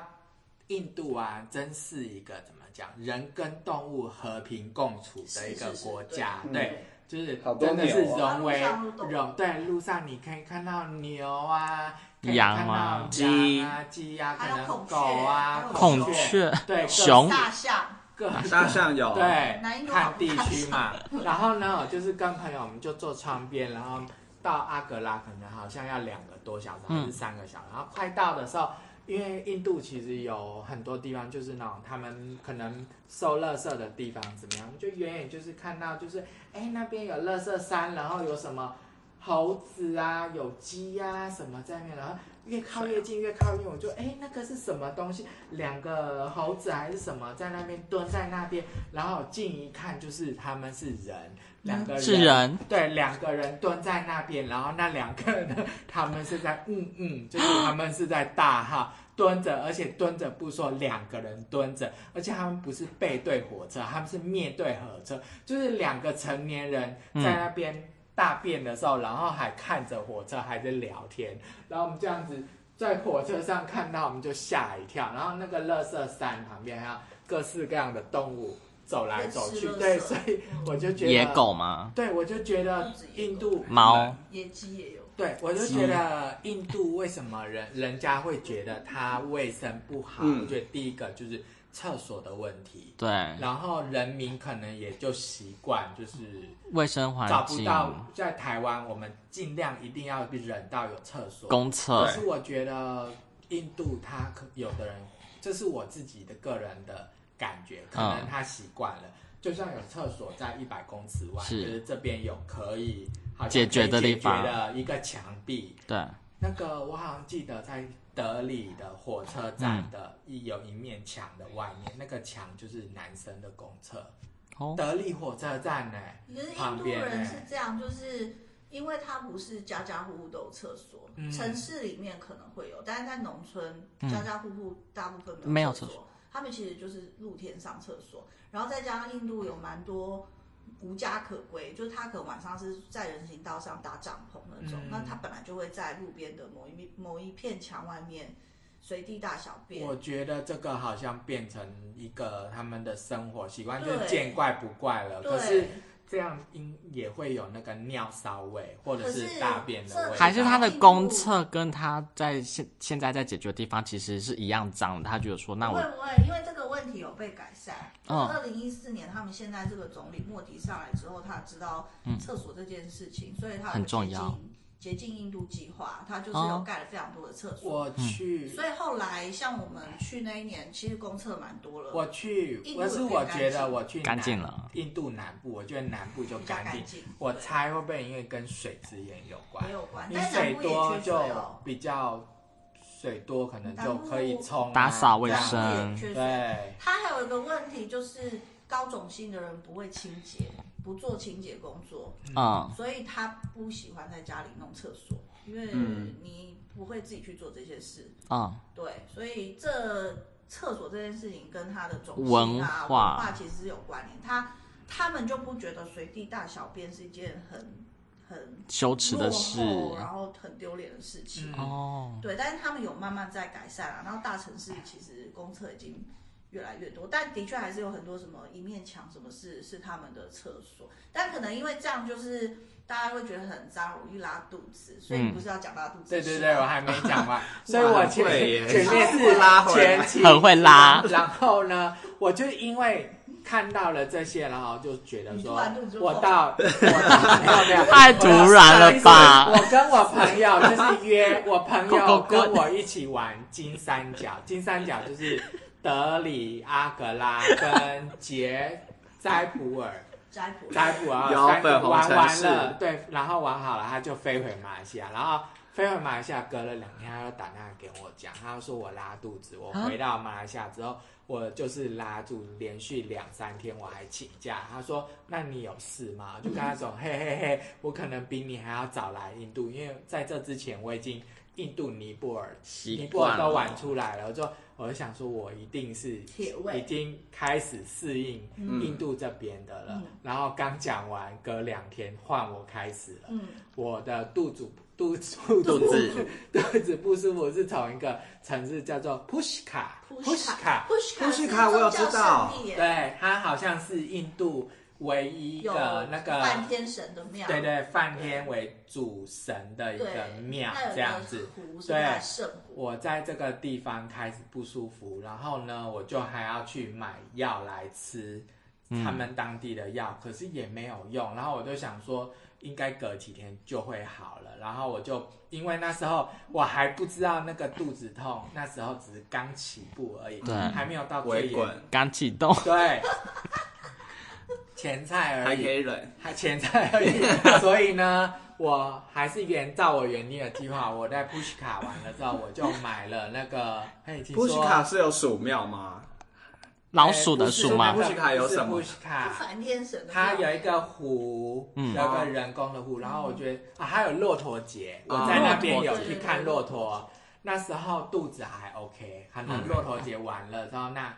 S3: 印度啊，真是一个怎么讲，人跟动物和平共处的一个
S1: 是是是
S3: 国家，
S1: 对
S3: 对。就是
S5: 好多哦
S3: 真的是
S5: 牛
S1: 啊
S3: 融为
S1: 路上都有
S3: 融，对，路上你可以看到牛啊，可以
S4: 羊
S3: 看到
S4: 啊
S3: 羊啊，鸡啊，可
S1: 还有
S3: 能
S1: 孔雀
S3: 狗啊，
S1: 还有
S4: 孔
S1: 孔
S3: 雀，
S4: 雀、
S3: 对，各
S4: 熊
S1: 大象，
S3: 各
S5: 大象有，
S1: 南印
S3: 对，
S1: 度好
S3: 看
S1: 不
S3: 地
S1: 看
S3: 区嘛。然后呢，就是跟朋友我们就坐窗边，然后到阿格拉可能好像要两个多小时还是三个小时。然后快到的时候，因为印度其实有很多地方就是那种他们可能收垃圾的地方怎么样，就远远就是看到就是哎那边有垃圾山，然后有什么。猴子啊，有鸡啊，什么在那边，然后越靠越近，越靠越近，我就哎、那个是什么东西？两个猴子还是什么在那边蹲在那边，然后近一看就是他们是人，两个人
S4: 是人，
S3: 对，两个人蹲在那边，然后那两个人呢，他们是在嗯嗯，就是他们是在大号蹲着，而且蹲着不说，两个人蹲着，而且他们不是背对火车，他们是面对火车，就是两个成年人在那边大便的时候，然后还看着火车，还在聊天，然后我们这样子在火车上看到，我们就吓一跳，然后那个垃圾山旁边还有各式各样的动物走来走去，对，所以我就觉得
S4: 野狗吗？
S3: 对，我就觉得印度
S4: 猫，
S1: 野鸡也有，
S3: 对我就觉得印度为什么人 人家会觉得它卫生不好？
S5: 嗯
S3: 我觉得第一个就是厕所的问题，
S4: 对，
S3: 然后人民可能也就习惯就是
S4: 卫生
S3: 找
S4: 环
S3: 不
S4: 境，
S3: 到，在台湾我们尽量一定要忍到有厕所，
S4: 公
S3: 可
S4: 厕
S3: 是我觉得印度他可有的人，这是我自己的个人的感觉，可
S4: 嗯
S3: 能他习惯了。就像有厕所在一百公尺外，
S4: 是
S3: 就是这边有可以好像
S4: 解决的
S3: 可以
S4: 地方
S3: 解决的一个墙壁。
S4: 对，
S3: 那个我好像记得在德里的火车站
S4: 嗯
S3: 的一有一面墙的外面，那个墙就是男生的公厕。
S4: 哦，
S3: 德里火车站呢、
S1: 可是印
S3: 旁
S1: 度
S3: 边哎呢、
S1: 人是这样，就是因为他不是家家户户都有厕所，
S3: 嗯
S1: 城市里面可能会有，但是在农村，
S4: 嗯
S1: 家家户户大部分
S4: 没
S1: 没
S4: 有
S1: 有
S4: 厕
S1: 所，他们其实就是露天上厕所，然后再加上印度有蛮多。无家可归，就是他可能晚上是在人行道上搭帐篷那种，
S3: 嗯
S1: 那他本来就会在路边的某一面某一片墙外面随地大小便。
S3: 我觉得这个好像变成一个他们的生活习惯，就是
S1: 对
S3: 见怪不怪了。可是
S1: 对，
S3: 这样应也会有那个尿骚味，或者
S1: 可
S3: 是
S1: 是
S3: 大便的
S1: 这
S3: 味道。
S4: 还是他的公厕跟他在现现在在解决的地方其实是一样脏的，他觉得说那
S1: 不会
S4: 我
S1: 不会，因为这个问题有被改善。
S4: 嗯
S1: 二零一四年他们现在这个总理莫迪上来之后，他知道厕所这件事情，所以他有
S4: 嗯很重
S1: 洁净
S4: 要
S1: 洁净印度计划，他就是
S4: 哦
S1: 有盖了非常多的厕所。
S3: 我去，
S4: 嗯
S1: 所以后来像我们去那一年，其实公厕蛮多了。
S3: 我去，
S1: 印度
S3: 可是我觉
S1: 有变干净
S3: 得我去南
S4: 干净了，
S3: 印度南部，我觉得南部就
S1: 比较干
S3: 净。
S1: 净
S3: 我
S1: 对
S3: 猜会不会因为跟水资源有关
S1: 也？有关，
S3: 你
S1: 但是南
S3: 水
S1: 部
S3: 多
S1: 也缺
S3: 就
S1: 水哦。
S3: 比较水多，可能就可以冲啊
S4: 打扫卫
S3: 这样
S4: 生
S1: 南部也缺水
S3: 对，
S1: 它还有一个问题就是高种姓的人不会清洁，不做清洁工作，
S4: 嗯
S1: 所以他不喜欢在家里弄厕所，因为
S5: 嗯
S1: 你不会自己去做这些事。
S4: 嗯
S1: 对，所以这厕所这件事情跟他的种姓啊、
S4: 文
S1: 文
S4: 化
S1: 其实是有关联。他他们就不觉得随地大小便是一件很很
S4: 羞耻的
S1: 落
S4: 事
S1: 后然后很丢脸的事情。
S3: 嗯
S4: 哦，
S1: 对，但是他们有慢慢在改善啊。然后大城市其实公厕已经越来越多，但的确还是有很多什么一面墙什么是是他们的厕所，但可能因为这样就是大家会觉得很脏，容易拉肚子，所以你不是要讲拉肚子、
S3: 嗯对对对，我，还没讲完， 所以
S5: 哇
S3: 我
S5: 很
S3: 前
S5: 会耶
S3: 前面
S1: 很
S3: 是
S1: 会
S5: 拉回来
S3: 前期
S4: 很会拉
S3: 然后呢，我就因为看到了这些，然后就觉得
S1: 你
S3: 说
S1: 突然肚子，就
S3: 我
S1: 痛
S3: 到我没有没有
S4: 太突然了吧
S3: 我跟我朋友就是约我朋友
S4: 滚滚
S3: 跟我一起玩金三角，金三角就是德里、阿格拉跟杰斋普尔。
S1: 摘普
S3: 摘普啊，
S5: 有
S3: 三个
S5: 粉红
S3: 玩
S5: 城
S3: 完
S5: 市
S3: 了，对，然后玩好了，他就飞回马来西亚，然后飞回马来西亚，隔了两天，他就打电话给我讲，他说我拉肚子，我回到马来西亚之后，我就是拉肚子，连续两三天我还请假，他说那你有事吗？我就跟他说，嘿嘿嘿，我可能比你还要早来印度，因为在这之前我已经印度、尼泊尔尼
S4: 习
S3: 泊尔
S4: 惯
S3: 都
S4: 了，
S3: 玩出来了，我就我就想说，我一定是
S1: 铁胃
S3: 已经开始适应
S1: 嗯
S3: 印度这边的了。
S1: 嗯
S3: 然后刚讲完，隔两天换我开始了，
S1: 嗯，
S3: 我的肚子肚子肚
S5: 肚子
S3: 肚子不舒服是从一个城市叫做 Pushka
S1: 普什卡，
S5: 普
S1: 普
S5: 什
S1: 什
S5: 卡
S1: 卡
S5: 我有
S1: 有
S5: 知道
S3: 对，它好像是印度唯一
S1: 有
S3: 的那个
S1: 梵天神的庙，
S3: 对对梵天为主神的一
S1: 对，
S3: 个庙
S1: 那有
S3: 这样子。
S1: 个湖是
S3: 对
S1: 在圣湖，
S3: 我在这个地方开始不舒服，然后呢，我就还要去买药来吃，他们当地的药，可是也没有用。然后我就想说，应该隔几天就会好了。然后我就因为那时候我还不知道那个肚子痛，那时候只是刚起步而已，
S4: 对
S3: 还没有到最
S5: 围
S3: 严
S5: 滚，
S4: 刚启动，
S3: 对，前菜而
S5: 还
S3: 已
S5: 可，以忍。
S3: 还前菜而已， 所以呢，我还是原照我原定的计划，我在 Push 卡完了之后，我就买了那个，嘿，听
S5: 布
S3: 说哎
S5: 什卡是有鼠庙吗？
S4: 老鼠的
S3: 哎不是
S4: 鼠吗
S3: 那？个
S5: Push 卡有什么
S3: 不是 Push
S1: 不
S3: 卡，
S1: 反天神的
S3: 啊它
S1: 庙，
S3: 有一个湖，
S4: 嗯
S3: 有一个人工的湖，然后我觉得啊，还有骆驼节，
S4: 嗯
S3: 我在那边有去看骆
S4: 哦
S3: 驼，那时候肚子还 OK，可
S4: 嗯
S3: 能骆驼节完了之后那。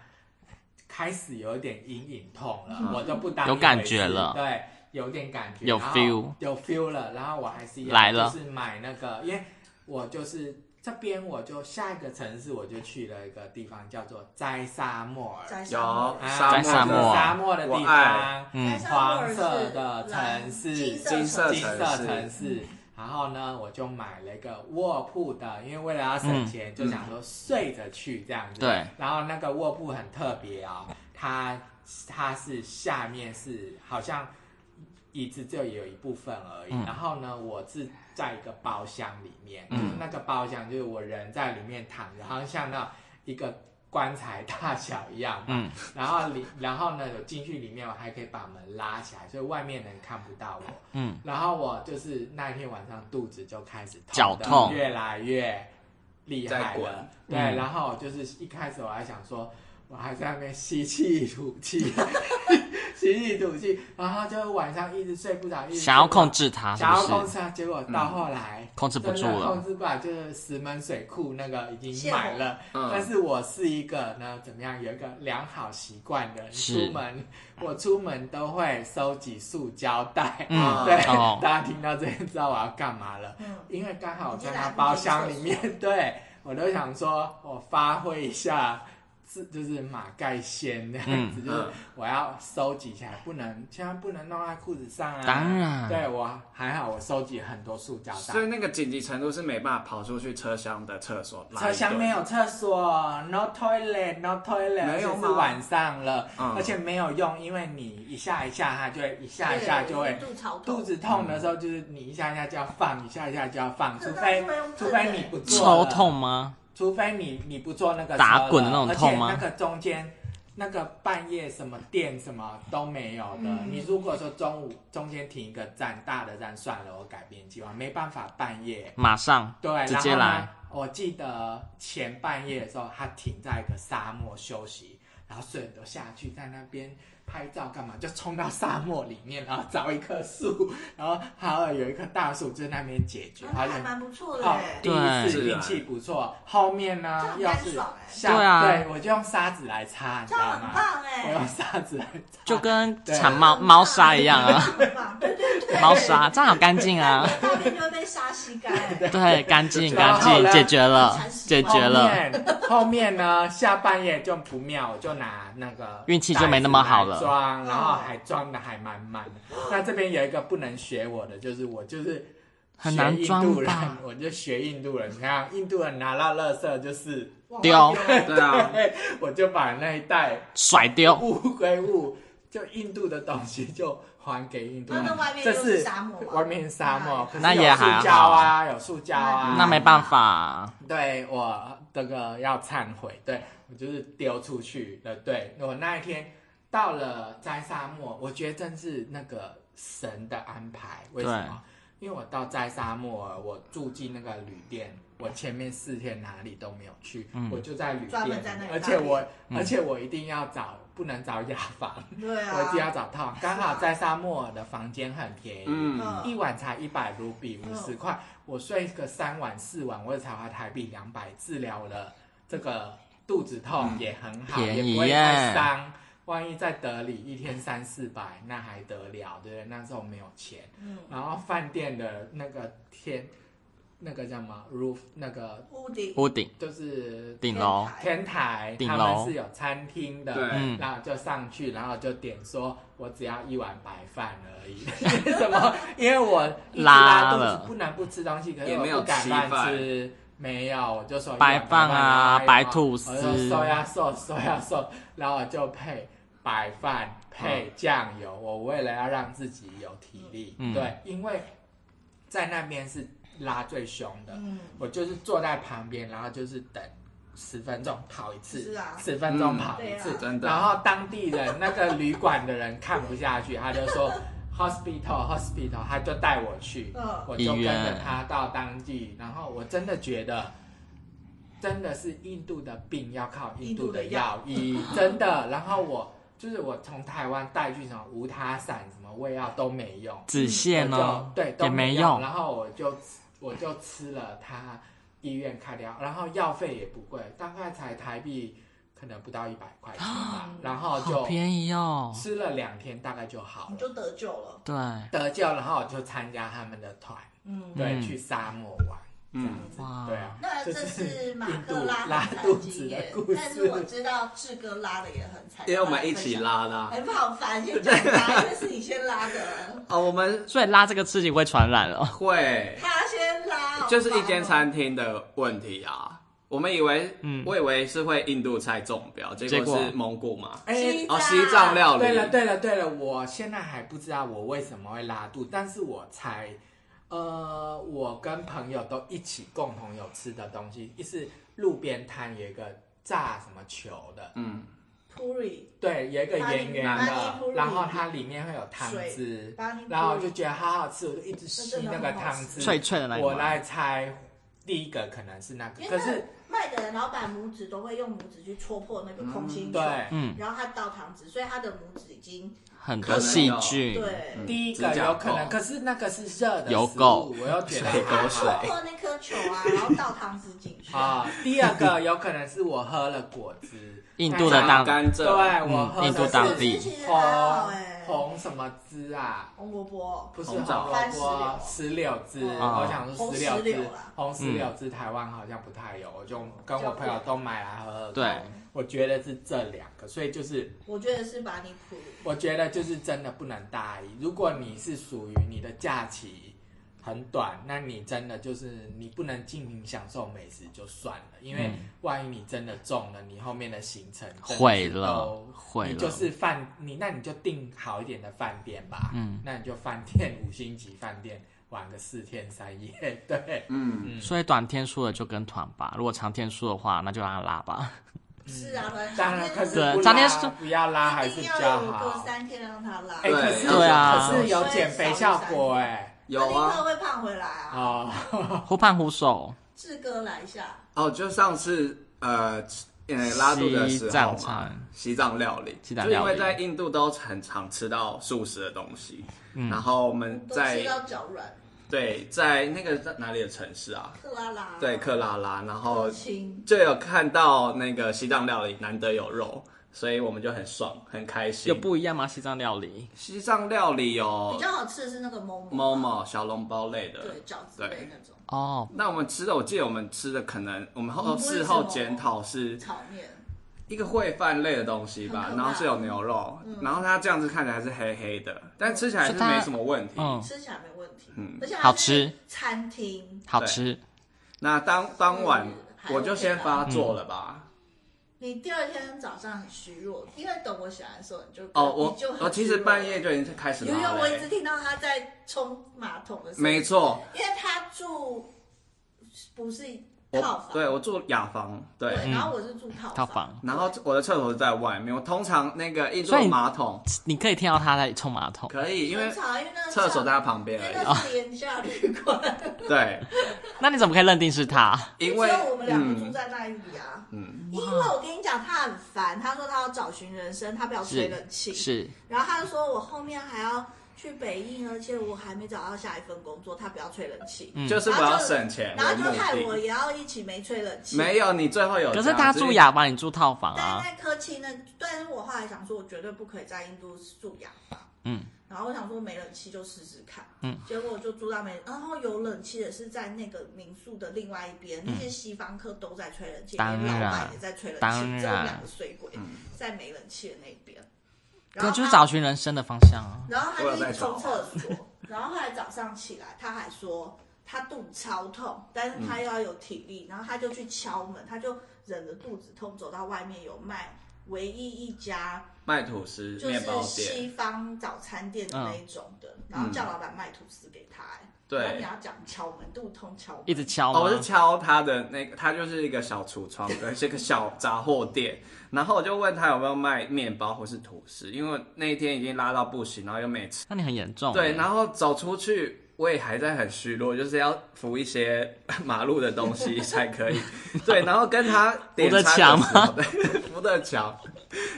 S3: 开始有点隐隐痛了，我就不当
S4: 嗯有
S3: 一回
S4: 感觉
S3: 事
S4: 了
S3: 对，有点感觉，
S4: 有
S3: 然后
S4: feel
S3: 有 feel 了，然后我还是一样
S4: 来了
S3: 就是买那个，因为我就是这边我就下一个城市我就去了一个地方叫做摘沙漠尔，
S1: 在
S5: 有
S3: 啊
S5: 沙
S4: 在沙漠
S5: 漠
S3: 沙漠的地
S5: 我爱
S3: 方，
S4: 嗯，
S3: 黄色的城市
S1: 金
S5: 金
S1: 色
S5: 色
S3: 金
S5: 城
S3: 色
S5: 市
S3: 城市。然后呢，我就买了一个卧铺的，因为为了要省钱，就想说睡着去这样子。
S4: 嗯对。
S3: 然后那个卧铺很特别哦，它它是下面是好像椅子只有有一部分而已。
S4: 嗯
S3: 然后呢，我是在一个包厢里面，
S4: 嗯
S3: 那个包厢就是我人在里面躺着，好像像那一个棺材大小一样嘛。
S4: 嗯
S3: 然后里，然后呢，有进去里面，我还可以把门拉起来，所以外面人看不到我。
S4: 嗯，
S3: 然后我就是那一天晚上肚子就开始
S4: 绞
S3: 得
S4: 痛
S3: 越来越厉害
S5: 在滚
S3: 了。对，
S4: 嗯
S3: 然后我就是一开始我还想说，我还在那边吸气吐气， 吸气吐气，然后就晚上一直睡不着，一直
S4: 想要
S3: 睡不着
S4: 控制它是
S3: 想
S4: 不
S3: 要控
S4: 是？
S3: 制它，结果到后来、
S4: 控制不住
S3: 真的控
S4: 了，
S3: 制不了，就是石门水库那个已经
S1: 现
S3: 买
S1: 货
S3: 了，
S5: 嗯
S3: 但是我是一个呢，怎么样有一个良好习惯的人，
S4: 是
S3: 出门我出门都会收集塑胶袋。
S4: 嗯
S3: 对，
S4: 哦
S3: 大家听到这边知道我要干嘛了，
S1: 嗯，
S3: 因为刚好我
S1: 已经
S3: 在那
S1: 来不及
S3: 包厢里
S1: 厕
S3: 面， 对我都想说我发挥一下。自就是马盖先那样子，就是
S5: 嗯
S3: 我要收集起来，不能千万不能弄在裤子上啊！
S4: 当然
S3: 对我还好，我收集很多塑胶袋
S5: 所，以那个紧急程度是没办法跑出去车厢的厕所拉一
S3: 车
S5: 顿。
S3: 厢没有厕所，no toilet，no toilet，而
S5: 没有
S3: 且
S5: 吗
S3: 是晚上了，
S5: 嗯
S3: 而且没有用，因为你一下一下它就会一下一下就会
S1: 对肚潮
S3: 肚
S1: 痛，
S3: 子痛的时候，就是你一下一下就要放，一下一下就要放，除
S1: 可是它
S3: 非
S1: 是会用
S3: 除
S1: 喷
S3: 非
S1: 的
S3: 你不做
S4: 抽
S3: 了，
S4: 痛吗？
S3: 除非你你不做那个
S4: 打
S3: 车了
S4: 滚的那种痛吗
S3: 而且那个中间那个半夜什么店什么都没有的，
S1: 嗯
S3: 你如果说中午中间停一个站大的站算了，我改变计划，没办法半夜。
S4: 马上
S3: 对，
S4: 直接
S3: 然后呢
S4: 来。
S3: 我记得前半夜的时候，他停在一个沙漠休息，然后所有人都下去在那边拍照干嘛，就冲到沙漠里面，然后找一棵树，然后还有有一棵大树就在那边解决，
S1: 啊
S3: 好
S1: 那
S3: 像
S1: 还蛮不错的
S3: 哦，
S1: 耶，
S3: 第一次
S5: 对
S3: 运气不错，后面
S1: 这
S3: 呢
S1: 样
S3: 要
S1: 干
S3: 是
S1: 爽哎，
S3: 下
S4: 对啊
S3: 对我就用沙子来擦，你知
S1: 这样
S3: 道
S1: 很
S3: 吗？
S1: 棒
S3: 我
S1: 哎
S3: 用，沙子来擦，
S4: 就跟
S3: 对
S4: 铲猫猫砂一样啊，
S1: 很棒，对对对，
S4: 猫砂这样好干净啊，
S1: 大便就会被沙吸干哎，
S4: 对，干净
S3: 然
S4: 干
S3: 后
S4: 净，
S3: 呢
S4: 解决了
S1: 铲，屎
S4: 解
S1: 官
S4: 决
S3: 后
S4: 了，
S3: 面后面呢，下半夜就不妙，我就拿那个
S4: 运气就没那么好了
S3: 袋子来装，然后还装的还满满的。那这边有一个不能学我的，就是我就是
S4: 很难装吧
S3: 学印度人，我就学印度人，你看印度人拿到垃圾就是，
S4: 丢
S5: 对啊，
S3: 我就把那一袋
S4: 甩丢，
S3: 物归物，就印度的东西就还给印度
S1: 那
S3: 人
S1: 那外。面
S3: 这
S1: 又是
S3: 是
S1: 沙漠啊
S3: 外面是沙漠，可是
S4: 那也
S3: 有
S4: 还
S3: 塑胶啊，有塑胶啊，
S4: 那没办法啊，
S3: 对我这个要忏悔，对我就是丢出去了。对我那一天到了摘沙漠，我觉得真是那个神的安排。为什么？因为我到摘沙漠，我住进那个旅店，我前面四天哪里都没有去，
S4: 嗯
S3: 我就在旅店
S1: 专门在那，里
S3: 而且我、
S4: 嗯
S3: 而且我一定要找，不能找雅房，
S1: 对
S3: 我一定要
S1: 啊，
S3: 找套房。刚好在沙漠的房间很便宜，
S5: 嗯，
S3: 一晚才一百卢比，五
S1: 嗯
S3: 十块，我睡个三晚四晚，我才花台币两百，治疗我的这个肚子痛也很好，
S4: 便宜
S3: 也不会
S4: 耶
S3: 太伤。万一在德里一天三四百，那还得了，对不对？那时候没有钱，
S1: 嗯，
S3: 然后饭店的那个天，那个叫什么 roof，那个
S1: 屋顶
S4: 屋顶
S3: 就是
S4: 顶楼，
S3: 天台，
S4: 顶
S3: 他
S4: 楼
S3: 们是有餐厅的，
S5: 对
S4: 嗯
S3: 然后就上去，然后就点说，我只要一碗白饭而 已。为什么？因为我一直拉肚子
S4: 拉了，
S3: 不能不吃东西，可是
S5: 也
S3: 我
S5: 没有
S3: 不敢
S5: 稀
S3: 乱
S5: 饭
S3: 吃。没有，我就说一碗
S4: 白饭啊
S3: 白饭
S4: 白吐司
S3: 我就收呀收，收呀收，然后我就配白饭配酱油。我为了要让自己有体力，
S4: 嗯
S3: 对，因为在那边是拉最凶的，
S1: 嗯，
S3: 我就是坐在旁边，然后就是等十分钟跑一次，
S1: 是啊
S3: 十分钟跑一次
S1: 嗯，
S5: 真的
S3: 然后当地人那个旅馆的人看不下去，他就说 hospital hospital，他就带我去
S1: 嗯，
S3: 我就
S4: 医
S3: 跟
S4: 院
S3: 着他到当地，然后我真的觉得。真的是印度的病要靠印度的药医，真的。然后我就是我从台湾带去什么无他散、什么胃药都没用，
S4: 止泻
S3: 我
S4: 呢
S3: 就对，都
S4: 也没
S3: 用。
S4: 用，
S3: 然后我就我就吃了他医院开的药，然后药费也不贵，大概才台币可能不到一百块钱 吧。然后
S4: 好
S3: 就
S4: 便宜哦。嗯
S3: 吃了两天，大概就好
S1: 你
S3: 了。
S1: 就得救了。
S4: 对，
S3: 得救，然后我就参加他们的团，
S1: 嗯，
S3: 对，
S4: 嗯
S3: 去沙漠玩。
S5: 嗯，
S4: 哇，
S3: 对啊，
S1: 那这
S3: 就是
S1: 马
S3: 印
S1: 克
S3: 度
S1: 拉
S3: 拉
S1: 很惨
S3: 肚
S1: 的
S3: 子
S1: 经
S3: 的
S1: 验
S3: 故事，，
S1: 但是我知道志哥拉的也很惨，
S5: 因为我们一起拉的
S1: 他
S5: 啊。
S1: 很好烦，先讲他，因为是你先拉的，
S5: 哦，我们
S4: 所以拉这个事情会传染哦了。
S5: 会，
S1: 他先拉，好
S5: 就是一间
S1: 烦哦。
S5: 餐厅的问题啊。我们以为，
S4: 嗯
S5: 我以为是会印度菜中标，结
S4: 结
S5: 果
S4: 果
S5: 是蒙古嘛。
S3: 哎
S1: 西
S5: 哦，西藏料理
S3: 对。了，对了，对了，我现在还不知道我为什么会拉肚，但是我猜，呃，我跟朋友都一起共同有吃的东西，一是路边摊有一个炸什么球的，
S5: 嗯，
S1: Puri
S3: 对，有一个圆圆
S5: 巴尼
S1: 巴尼
S3: 的
S1: 普，里
S3: 然后它里面会有汤
S1: 水
S3: 汁
S1: 巴尼普，里
S3: 然后我就觉得好好吃，我就一直吸
S1: 真的
S3: 那
S1: 很
S3: 个
S1: 好
S3: 汤
S1: 吃
S3: 汁，
S4: 脆脆的那个吗
S3: 我来猜，第一个可能是那个，
S1: 因
S3: 可
S1: 为
S3: 是
S1: 那卖的人老板拇指都会用拇指去戳破那个空心球，
S3: 对。
S4: 嗯，
S1: 然后他倒汤汁，所以他的拇指已经
S4: 很
S5: 可
S4: 多
S5: 能
S4: 细
S5: 有
S4: 菌，
S1: 对
S5: 嗯
S3: 第一个
S5: 指甲
S3: 有可能，
S5: 垢
S3: 可是那个是热的
S4: 油
S3: 食物
S4: 垢
S3: 我又觉得
S5: 水
S3: 还
S5: 沟
S3: 好
S5: 水
S1: 戳破那颗球啊，然后倒汤汁进去。
S3: 啊、第二个有可能是我喝了果汁， 哎
S4: 印度的当
S5: 甘
S3: 对
S5: 蔗，
S3: 我喝
S4: 嗯印度当地
S1: 果汁其实还好
S3: 红
S1: 哎，
S3: 红什么汁啊？
S1: 红萝卜，
S3: 不是
S5: 红
S3: 红
S5: 枣
S3: 萝卜，石榴汁。
S4: 哦
S3: 我想说石
S1: 嗯
S3: 榴
S1: 红石
S3: 汁
S1: 榴啊啦，
S3: 红石榴汁台湾好像不太有，我就跟我朋友都买来喝喝。
S4: 对，
S3: 我觉得是这两个，所以就是
S1: 我觉得是把你普
S3: 我觉得就是真的不能大意。如果你是属于你的假期很短，那你真的就是你不能尽情享受美食就算了，因为
S4: 嗯
S3: 万一你真的中了，你后面的行程真的是
S4: 毁了
S3: 都
S4: 毁了
S3: 你就是饭，你那你就订好一点的饭店吧，
S4: 嗯，
S3: 那你就饭店五星级饭店玩个四天三夜， 对，
S5: 嗯，
S4: 所以短天数的就跟团吧，如果长天数的话，那就让它拉吧。
S1: 是啊，反正
S3: 当然可是
S4: 对
S3: 不
S4: 张天
S3: 拉
S4: 师
S3: 不要拉还
S1: 一
S3: 是比
S1: 定
S3: 较
S1: 要有个
S3: 好。
S1: 三天让他拉，
S3: 哎、可是
S5: 对
S4: 啊
S3: 可是有减肥效果哎、
S5: 有
S1: 他立
S5: 啊
S1: 刻。会胖回来啊。
S3: 哦，
S4: 忽胖忽瘦，
S1: 志哥来一下，
S5: 哦，就上次呃，呃，拉肚的时
S4: 西
S5: 候
S4: 藏
S5: 嘛
S4: 餐，
S5: 西藏料理，
S4: 西藏料理
S5: 就因为在印度都很常吃到素食的东西，
S4: 嗯
S5: 然后我们
S1: 都吃
S5: 在
S1: 到脚软，
S5: 对在那个在哪里的城市啊？
S1: 克拉拉，
S5: 对，克拉拉，然后
S1: 亲，
S5: 就有看到那个西藏料理难得有肉，所以我们就很爽，很开心
S4: 有。不一样吗？西藏料理
S5: 西藏料理有
S1: 比较好吃的是那个某
S5: 猫，猫小笼包类的
S1: 对，，饺子类那种
S4: 哦，
S5: 那我们吃的，我记得我们吃的可能我
S1: 我们
S5: 们后
S1: 不会
S5: 事
S1: 吃
S5: 后
S1: 吗
S5: 检讨是
S1: 炒面，
S5: 一个烩饭类的东西吧
S1: 很，可
S5: 然
S1: 怕嗯
S5: 后是有牛肉，然后它这样子看起来是黑黑的，但吃起来是
S4: 是它
S5: 没什么问题。
S4: 嗯，
S1: 吃起来没问题，
S5: 嗯
S1: 而且它是
S4: 好吃
S1: 餐厅，
S4: 好吃，
S5: 那当当晚
S1: 嗯还
S5: 我就
S1: OK
S5: 先
S1: 啦
S5: 发作了吧。
S4: 嗯
S1: 你第二天早上很虚弱，因为等我醒来的时候你就
S5: 哦，
S1: 你
S5: 我
S1: 就很
S5: 我其实
S1: 虚弱
S5: 半夜。就已经开始
S1: 因为
S5: 拉了
S1: 我一直
S5: 欸，
S1: 听到他在冲马桶的声音，
S5: 没错，
S1: 因为他住不是套
S5: 我
S1: 房，
S5: 对我住雅房，对，
S1: 对然后我是住套
S4: 套房，
S5: 然后我的厕所是在外面，我通常那个印度
S4: 所以你
S5: 马桶
S4: 你可以听到他在冲马桶，
S5: 可以，因为
S1: 很吵因为那个
S5: 厕所在它旁
S1: 因
S5: 边
S1: 为
S5: 而
S1: 那是廉价旅馆，
S5: 已，对，
S4: 那你怎么可以认定是他？
S5: 因为
S1: 只有我们两个住
S5: 嗯
S1: 在那里啊。
S5: 嗯，
S1: 因为我跟你讲，他很烦，他说他要找寻人生，他不要吹冷气。
S4: 是
S1: 然后他就说我后面还要去北印，而且我还没找到下一份工作，他不要吹冷气。
S4: 嗯
S5: 就是我要省钱
S1: 然后
S5: 为
S1: 就害
S5: 目
S1: 我
S5: 的。
S1: 也要一起没吹冷气。
S5: 没有，你最后有这
S4: 可
S5: 样。
S4: 是他住
S5: 只
S4: 雅房，你住套房
S1: 但
S4: 啊，
S1: 在科技呢，但是我后来想说，我绝对不可以在印度住雅房。
S4: 嗯，
S1: 然后我想说没冷气就试试看，
S4: 嗯，
S1: 结果我就住到没，然后有冷气的是在那个民宿的另外一边，那些西方客都在吹冷气，
S4: 嗯当
S1: 连老板
S4: 然
S1: 也在吹冷
S4: 当
S1: 气，只有
S4: 然
S1: 两个水鬼在没冷气的那边，然
S4: 对，
S1: 后
S4: 就是
S1: 他
S4: 找寻人生的方向啊。
S1: 然后他
S5: 我
S1: 就
S5: 有在
S1: 去
S5: 找
S1: 冲
S5: 啊
S1: 厕所，然后后来早上起来，他还说他肚子超痛，但是
S5: 嗯
S1: 他又要有体力，然后他就去敲门，他就忍着肚子痛走到外面有卖唯一一家
S5: 卖吐司
S1: 就
S5: 面包
S1: 是
S5: 店，嗯
S1: 西方早餐店的那一种的，然后叫老板卖吐司给他、哎
S5: 对
S1: 然后你要讲敲门，肚通敲门，
S4: 一直敲吗？
S5: 哦，我是敲他的那个，他就是一个小橱窗，对，是个小杂货店。然后我就问他有没有卖面包或是吐司，因为那一天已经拉到不行，然后又没吃。
S4: 那你很严重欸。
S5: 对，然后走出去，我也还在很虚弱，就是要扶一些马路的东西才 可以。对，然后跟他点
S4: 着
S5: 餐
S4: 墙
S5: 的时候
S4: 吗
S5: 对，扶着墙，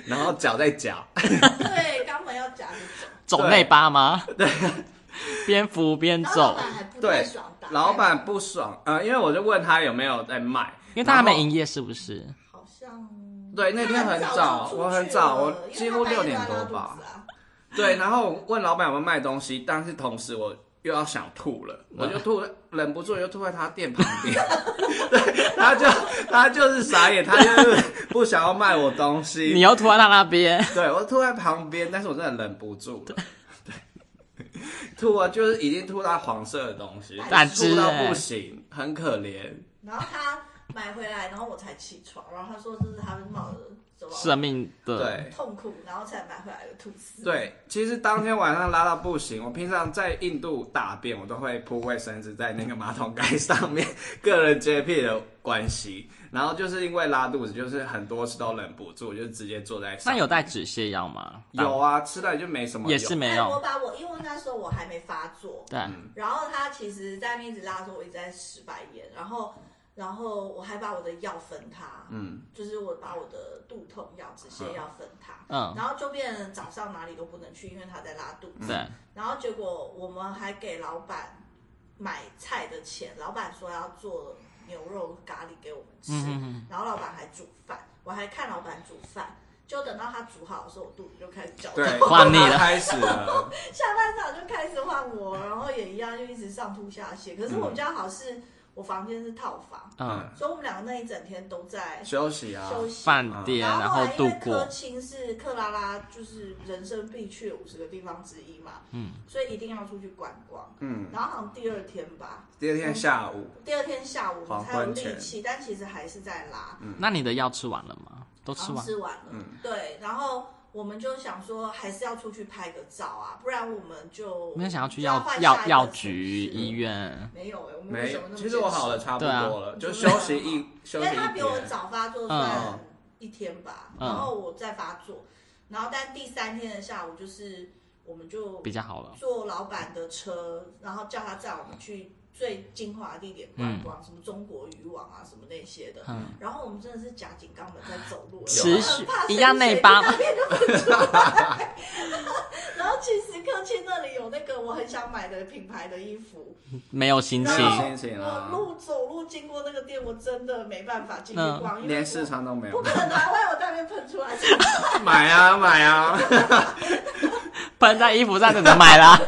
S5: 然后脚在夹，
S1: 对，肛门要夹着走，
S4: 走内八吗？对， 边扶边
S1: 然后老
S4: 走，
S1: 板还不太
S5: 对
S1: 爽打，，
S5: 老板不爽，呃，因为我就问他有没有在卖，
S4: 因为他还
S5: 然
S4: 没
S5: 后
S4: 营业，是不是？
S1: 好像
S5: 对那天很
S1: 他就
S5: 早
S1: 出去
S5: 我很早我
S1: 了因为
S5: 几乎
S1: 他半夜
S5: 6点多
S1: 都在拉
S5: 吧
S1: 肚子啊
S5: 对，然后我问老板有没有卖东西，但是同时我又要想吐了，我就吐了，忍不住又吐在他店旁边。 对，他就他就是傻眼，他就是不想要卖我东西。
S4: 你又突然到那边，
S5: 对我吐在旁边，但是我真的忍不住了。对，吐啊，就是已经吐到黄色的东西，
S1: 胆
S5: 吐
S4: 汁
S5: 到
S4: 欸
S5: 不行，很可怜。
S1: 然后他买回来，然后我才起床，然后他说这是他们冒着什么
S4: 生命的
S5: 对，
S1: 痛苦，然后才买回来的吐司。，
S5: 对，其实当天晚上拉到不行，我平常在印度大便，我都会铺卫生纸在那个马桶盖上面，个人洁癖的关系。然后就是因为拉肚子，就是很多次都忍不住，就直接坐在上
S4: 那
S5: 面。
S4: 有带止泻药吗？
S5: 有啊，吃了就没什么
S4: 也是
S5: 用
S4: 没
S1: 哎我
S4: 有。
S1: 把我因为那时候我还没发作，
S4: 对，
S1: 然后他其实在那边一直拉着我，一直在使白眼，然后然后我还把我的药分他，
S5: 嗯，
S1: 就是我把我的肚痛药、止泻药分他，
S4: 嗯，
S1: 然后就变成早上哪里都不能去，因为他在拉肚子。
S4: 对，
S1: 然后结果我们还给老板买菜的钱，老板说要做牛肉咖喱给我们吃，
S4: 嗯嗯嗯
S1: 然后老板还煮饭，我还看老板煮饭。就等到他煮好的时候，我肚子就开始绞痛
S5: 对，，
S4: 换你了
S5: 开始了，
S1: 下半场就开始换我，然后也一样就一直上吐下泻。可是我比较好是，我房间是套房，
S4: 嗯，
S1: 所以我们两个那一整天都在
S5: 休息啊，
S1: 休息。
S4: 饭
S1: 嗯
S4: 店，
S1: 然
S4: 然后
S1: 后后
S4: 度
S1: 来因为科
S4: 过，
S1: 钦是克拉拉就是人生必去的五十个地方之一嘛，
S4: 嗯，
S1: 所以一定要出去观光。
S5: 嗯，
S1: 然后好像第二天吧，
S5: 第二天下午，
S1: 第二天下午我
S5: 黄
S1: 们才有
S5: 昏
S1: 力
S5: 前
S1: 气，但其实还是在拉，
S4: 那你的药吃完了吗？都
S1: 然
S4: 吃
S1: 后
S4: 完，
S1: 吃完了，
S5: 嗯
S1: 对，然后我们就想说还是要出去拍个照啊，不然我们就
S4: 没有想要去
S1: 就要
S4: 药
S1: 换下一
S4: 药
S1: 个
S4: 药
S1: 城市
S4: 局、医院，
S1: 没有哎、我们为
S5: 没
S1: 什
S5: 有
S1: 么那，么
S5: 其实我好了
S1: 坚
S5: 差不多了，
S1: 对
S5: 就
S1: 啊
S5: 休 息一
S1: 持，
S5: 休
S1: 因
S5: 息
S1: 为
S5: 一
S1: 他比我
S5: 天。
S1: 早发作算
S5: 嗯
S1: 一天吧，
S4: 嗯
S1: 然后我再发作，然后但第三天的下午就是我们就
S4: 比较好了。
S1: 坐老板的车，然后叫他载我们去最精华的地点观光，什么中国渔网啊，什么那些的。
S4: 嗯
S1: 然后我们真的是夹紧肛门在走路，
S4: 持
S1: 然后很
S4: 续
S1: 怕
S4: 一样
S1: 谁
S4: 内八
S1: 谁在那边就不出来然后去时刻去那里有那个我很想买的品牌的衣服，
S4: 没有心情
S1: 然，后
S5: 心情
S1: 我
S5: 啊
S1: 路走路经过那个店，我真的没办法进去
S4: 嗯
S1: 逛，因为
S5: 连
S1: 我
S5: 市场都没
S1: 不
S5: 有
S1: 可，能啊，万一我在那边喷出来，
S5: 买啊买啊，
S4: 喷在衣服上就能 买啦。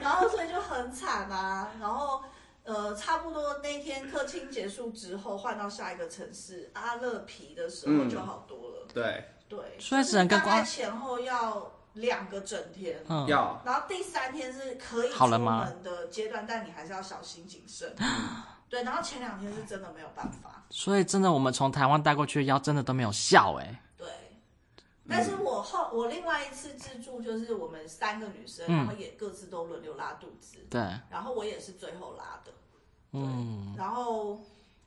S1: 然后所以就很惨啊。 然后呃，差不多那天客清结束之后，换到下一个城市阿勒皮的时候
S5: 嗯
S1: 就好多了。
S5: 对，
S1: 对，
S4: 所以只能跟
S1: 就是大概
S4: 光
S1: 前后要两个整天。
S4: 嗯，
S5: 要
S1: 然后第三天是可以出
S4: 好了吗
S1: 门的阶段，但你还是要小心谨 慎。对，然后前两天是真的没有办法。
S4: 所以真的，我们从台湾带过去的药真的都没有效哎、
S1: 对，但
S4: 嗯
S1: 是我后我另外一次自助就是我们三个女生，
S4: 嗯
S1: 然后也各自都轮流拉肚子，
S4: 对，
S1: 然后我也是最后拉的。
S4: 嗯，
S1: 然后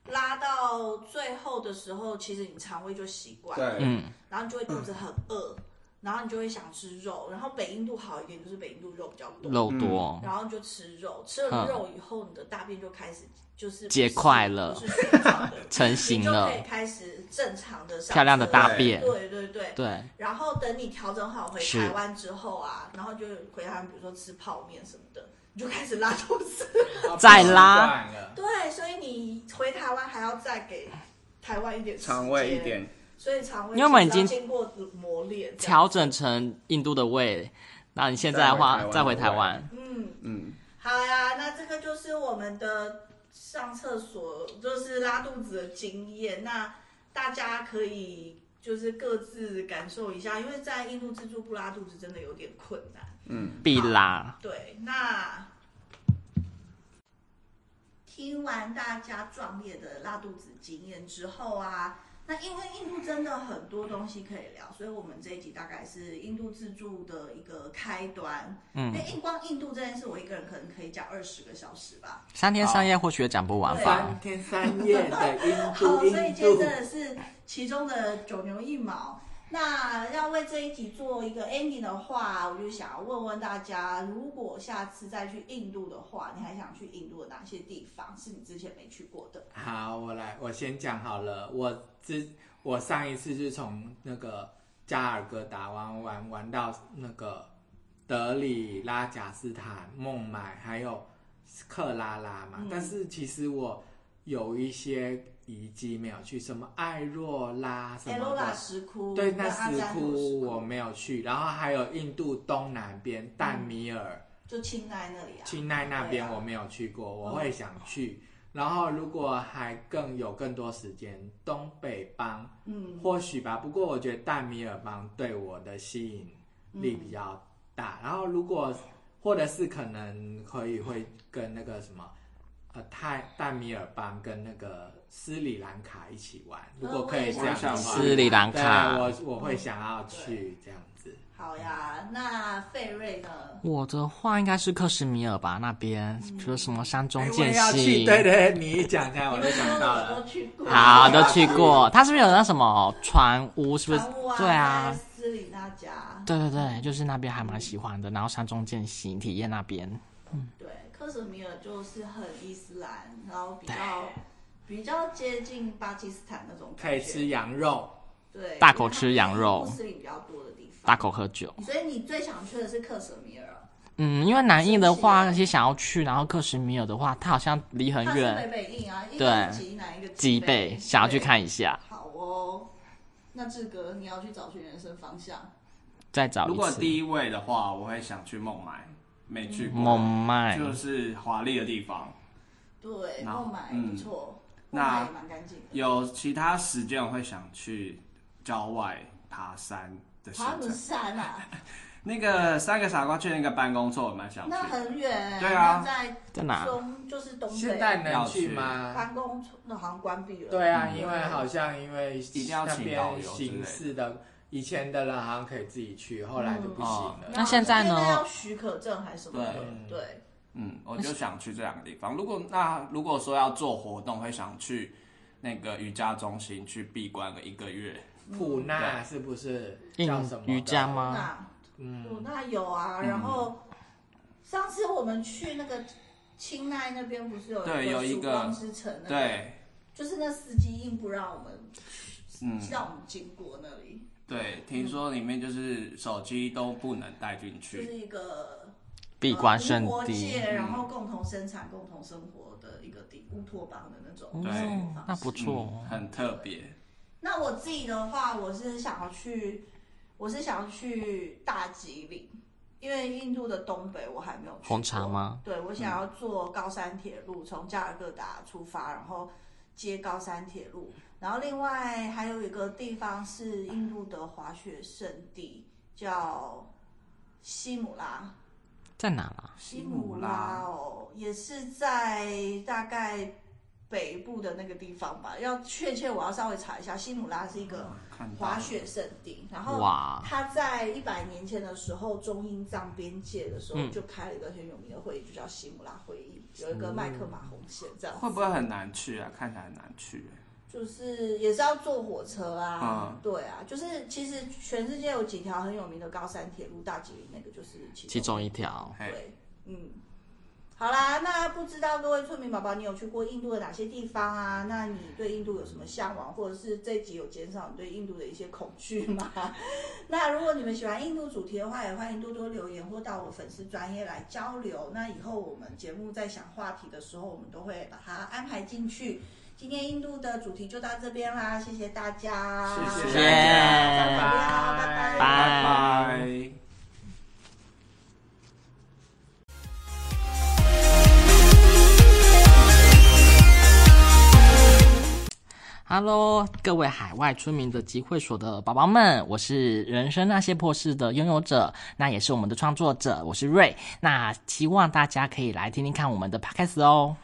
S1: 拉到最后的时候，其实你肠胃就习惯，
S5: 对，，
S4: 嗯，
S1: 然后你就会肚子很饿，然后你就会想吃肉。然后北印度好一点，就是北印度肉比较多，
S4: 肉
S3: 嗯
S4: 多，
S1: 然后你就吃肉。吃了肉以后，你的大便就开始就是
S4: 结块了
S1: 不是顺畅的
S4: 成型了
S1: 你就可以开始正常的
S4: 漂亮的大便，
S1: 对对对。
S4: 对，
S1: 然后等你调整好回
S4: 是
S1: 台湾之后啊，然后就回台湾，比如说吃泡面什么的，你就开始拉肚子。
S4: 再拉
S1: 对，所以你回台湾还要再给台湾一点时间
S5: 肠胃一，点，
S1: 所以肠胃
S4: 因为我们
S1: 其实要
S4: 已
S1: 经过磨练，这样
S4: 调整成印度的胃。那你现在的话，再
S5: 再
S4: 回
S5: 回
S4: 台
S5: 台湾
S4: 湾，
S1: 嗯，
S5: 嗯，
S1: 好呀，那这个就是我们的上厕所就是拉肚子的经验，那大家可以。就是各自感受一下，因为在印度自助不拉肚子真的有点困难。
S5: 嗯
S4: 必拉。
S1: 对，那听完大家壮烈的拉肚子经验之后啊，那因为印度真的很多东西可以聊，所以我们这一集大概是印度自助的一个开端。嗯，因为印光印度这件事，我一个人可能可以讲二十个小时吧。
S4: 三天三夜或许也讲不完吧
S3: 三。天三夜的印
S1: 好，
S3: 度，
S1: 所以今
S3: 印
S1: 天真
S3: 度。
S1: 的是其中的九牛一毛。那要为这一集做一个 ending 的话，我就想要问问大家，如果下次再去印度的话，你还想去印度的哪些地方是你之前没去过的？
S3: 好，我来，我先讲好了。我之我上一次是从那个加尔各答玩玩玩到那个德里、拉贾斯坦、孟买，还有克拉拉嘛。
S1: 嗯
S3: 但是其实我有一些遗迹没有去，什么艾若拉什
S1: 埃
S3: 么
S1: 罗拉
S3: 的，
S1: 石窟，
S3: 对，
S1: 跟
S3: 那
S1: 阿
S3: 石
S1: 占罗
S3: 窟
S1: 石
S3: 我没有去。然后还有印度东南边淡米
S1: 嗯
S3: 尔。
S1: 就清奈那里啊，
S3: 清奈那边我没有去过，我会想去。然后如果还更有更多时间，东北邦
S1: 嗯，
S3: 或许吧。不过我觉得淡米尔邦对我的吸引力比较大。然后如果或者是可能可以会跟那个什么。呃，泰淡米尔邦跟那个斯里兰卡一起玩，如果可以这样
S5: 我也想
S3: 的
S5: 去
S3: 话，
S4: 斯里兰
S3: 对
S4: 卡，
S3: 我我会想要去这样子。
S1: 好呀，那费瑞呢？
S4: 我的话应该是克什米尔吧，那边就是什么山中
S3: 哎我
S4: 见
S3: 也要去，
S4: 溪，
S3: 对对，对你一讲一下我
S1: 你
S3: 就
S1: 们
S3: 想
S1: 说
S3: 到
S1: 的我
S3: 了。
S1: 都去过，
S4: 好都去 过。它是不是有那什么船屋？是不是
S1: 船屋啊，？
S4: 对啊
S1: 在，斯里那家，
S4: 对对对，就是那边还蛮喜欢的。然后山中见溪，体验那边。
S1: 对，克什米尔就是很伊斯兰，然后比较比较接近巴基斯坦那种感觉，
S3: 可以吃羊肉，
S1: 对，
S4: 大口吃羊肉
S1: 因为它是穆斯林比较多的地方，
S4: 大口喝酒。
S1: 所以你最想去的是克什米尔哦，
S4: 嗯，因为南印的
S1: 是不
S4: 话，
S1: 是
S4: 那些想要去，然后克什米尔的话，它好像离很
S1: 它是北
S4: 远，
S1: 北印啊，一
S4: 对
S1: 个是极南一个
S4: 几
S1: 北
S4: 倍，，想要去
S1: 对。
S4: 看一下，
S1: 好哦，那志哥，你要去找寻人生方向。
S4: 再找
S5: 如
S4: 一
S5: 果
S4: 次。
S5: 第一位的话，我会想去孟买，没去过，
S4: 孟买，
S5: 就是华丽的地方。
S1: 对，
S5: 然后
S1: 孟买
S5: 嗯
S1: 不错，
S5: 那
S1: 孟买也蛮干净的。
S5: 有其他时间我会想去郊外爬山的行
S1: 爬什么
S5: 程。
S1: 山啊？
S5: 那个三个傻瓜去那个办公座，我蛮想去
S1: 那
S5: 的。
S1: 很远。
S5: 对啊
S1: 那在
S4: 在哪？
S1: 中就是东北。
S3: 现在能去吗？
S1: 办公那好像关闭了。
S3: 对啊，因为好像因为
S5: 定要
S3: 那
S5: 请导游
S3: 边
S5: 之类的
S3: 形式的，以前的人好像可以自己去，后来就不行了。
S4: 那现在呢
S1: 因为要许可证还是什么的？
S5: 对
S1: 对，
S5: 嗯，我就想去这两个地方。如果那如果说要做活动，会想去那个瑜伽中心去闭关个一个月。
S3: 普纳是不是
S4: 印
S3: 叫什么的
S4: 瑜伽？
S5: 啊
S4: 吗？
S1: 那嗯，那有啊。然后上次我们去那个清奈那边，不是有
S5: 对有一
S1: 曙
S5: 个
S1: 光之城？，
S5: 对
S1: 就是那司机硬不让我们，
S5: 嗯
S1: 让我们经过那里。
S5: 对，听说里面就是手机都不能带进
S1: 就
S5: 去。
S1: 是一个呃
S4: 闭关圣
S1: 无国
S4: 地嗯
S1: 界，，然后共同生产、共同生活的一个地乌托邦的那种
S5: 对
S1: 生活
S4: 哦
S1: 方
S4: 那
S1: 式。
S4: 不错哦
S5: 嗯，。很特别。
S1: 那我自己的话，我是想要去，我是想要去大吉岭，因为印度的东北我还没有去过
S4: 红茶吗？
S1: 对，我想要坐高山铁路，从加尔各答出发，然后接高山铁路。然后另外还有一个地方是印度的滑雪圣地，叫西姆拉。
S4: 在哪啦？
S1: 西姆拉哦，也是在大概北部的那个地方吧。要确切，我要稍微查一下。西姆拉是一个
S5: 看到
S1: 滑雪圣地，然后
S4: 哇
S1: 他在一百年前的时候，中英藏边界的时候就开了一个很有名的会议，就叫西嗯姆拉会议，有一个麦克马洪线这样子。
S5: 会不会很难去啊？看起来很难去。
S1: 就是也是要坐火车啊，
S5: 嗯
S1: 对啊，就是其实全世界有几条很有名的高山铁路，大吉岭那个就是其
S4: 其
S1: 中
S4: 中一条。
S5: 嘿
S1: 对，嗯，好啦，那不知道各位村民宝宝，你有去过印度的哪些地方啊？那你对印度有什么向往，或者是这集有减少你对印度的一些恐惧吗？ 那如果你们喜欢印度主题的话，也欢迎多多留言或到我粉丝专业来交流。那以后我们节目在想话题的时候，我们都会把它安排进去。今天印度的主题就到这边啦，谢谢大家，
S5: 谢
S4: 谢
S5: 谢大
S1: 拜拜
S5: 家，
S1: 拜
S4: 拜
S3: 嗯
S5: 拜拜。
S4: Hello，各位海外村民的集会所的宝宝们，我是人生那些破事的拥有者，那也是我们的创作者，我是瑞。那希望大家可以来听听看我们的 podcast 哦。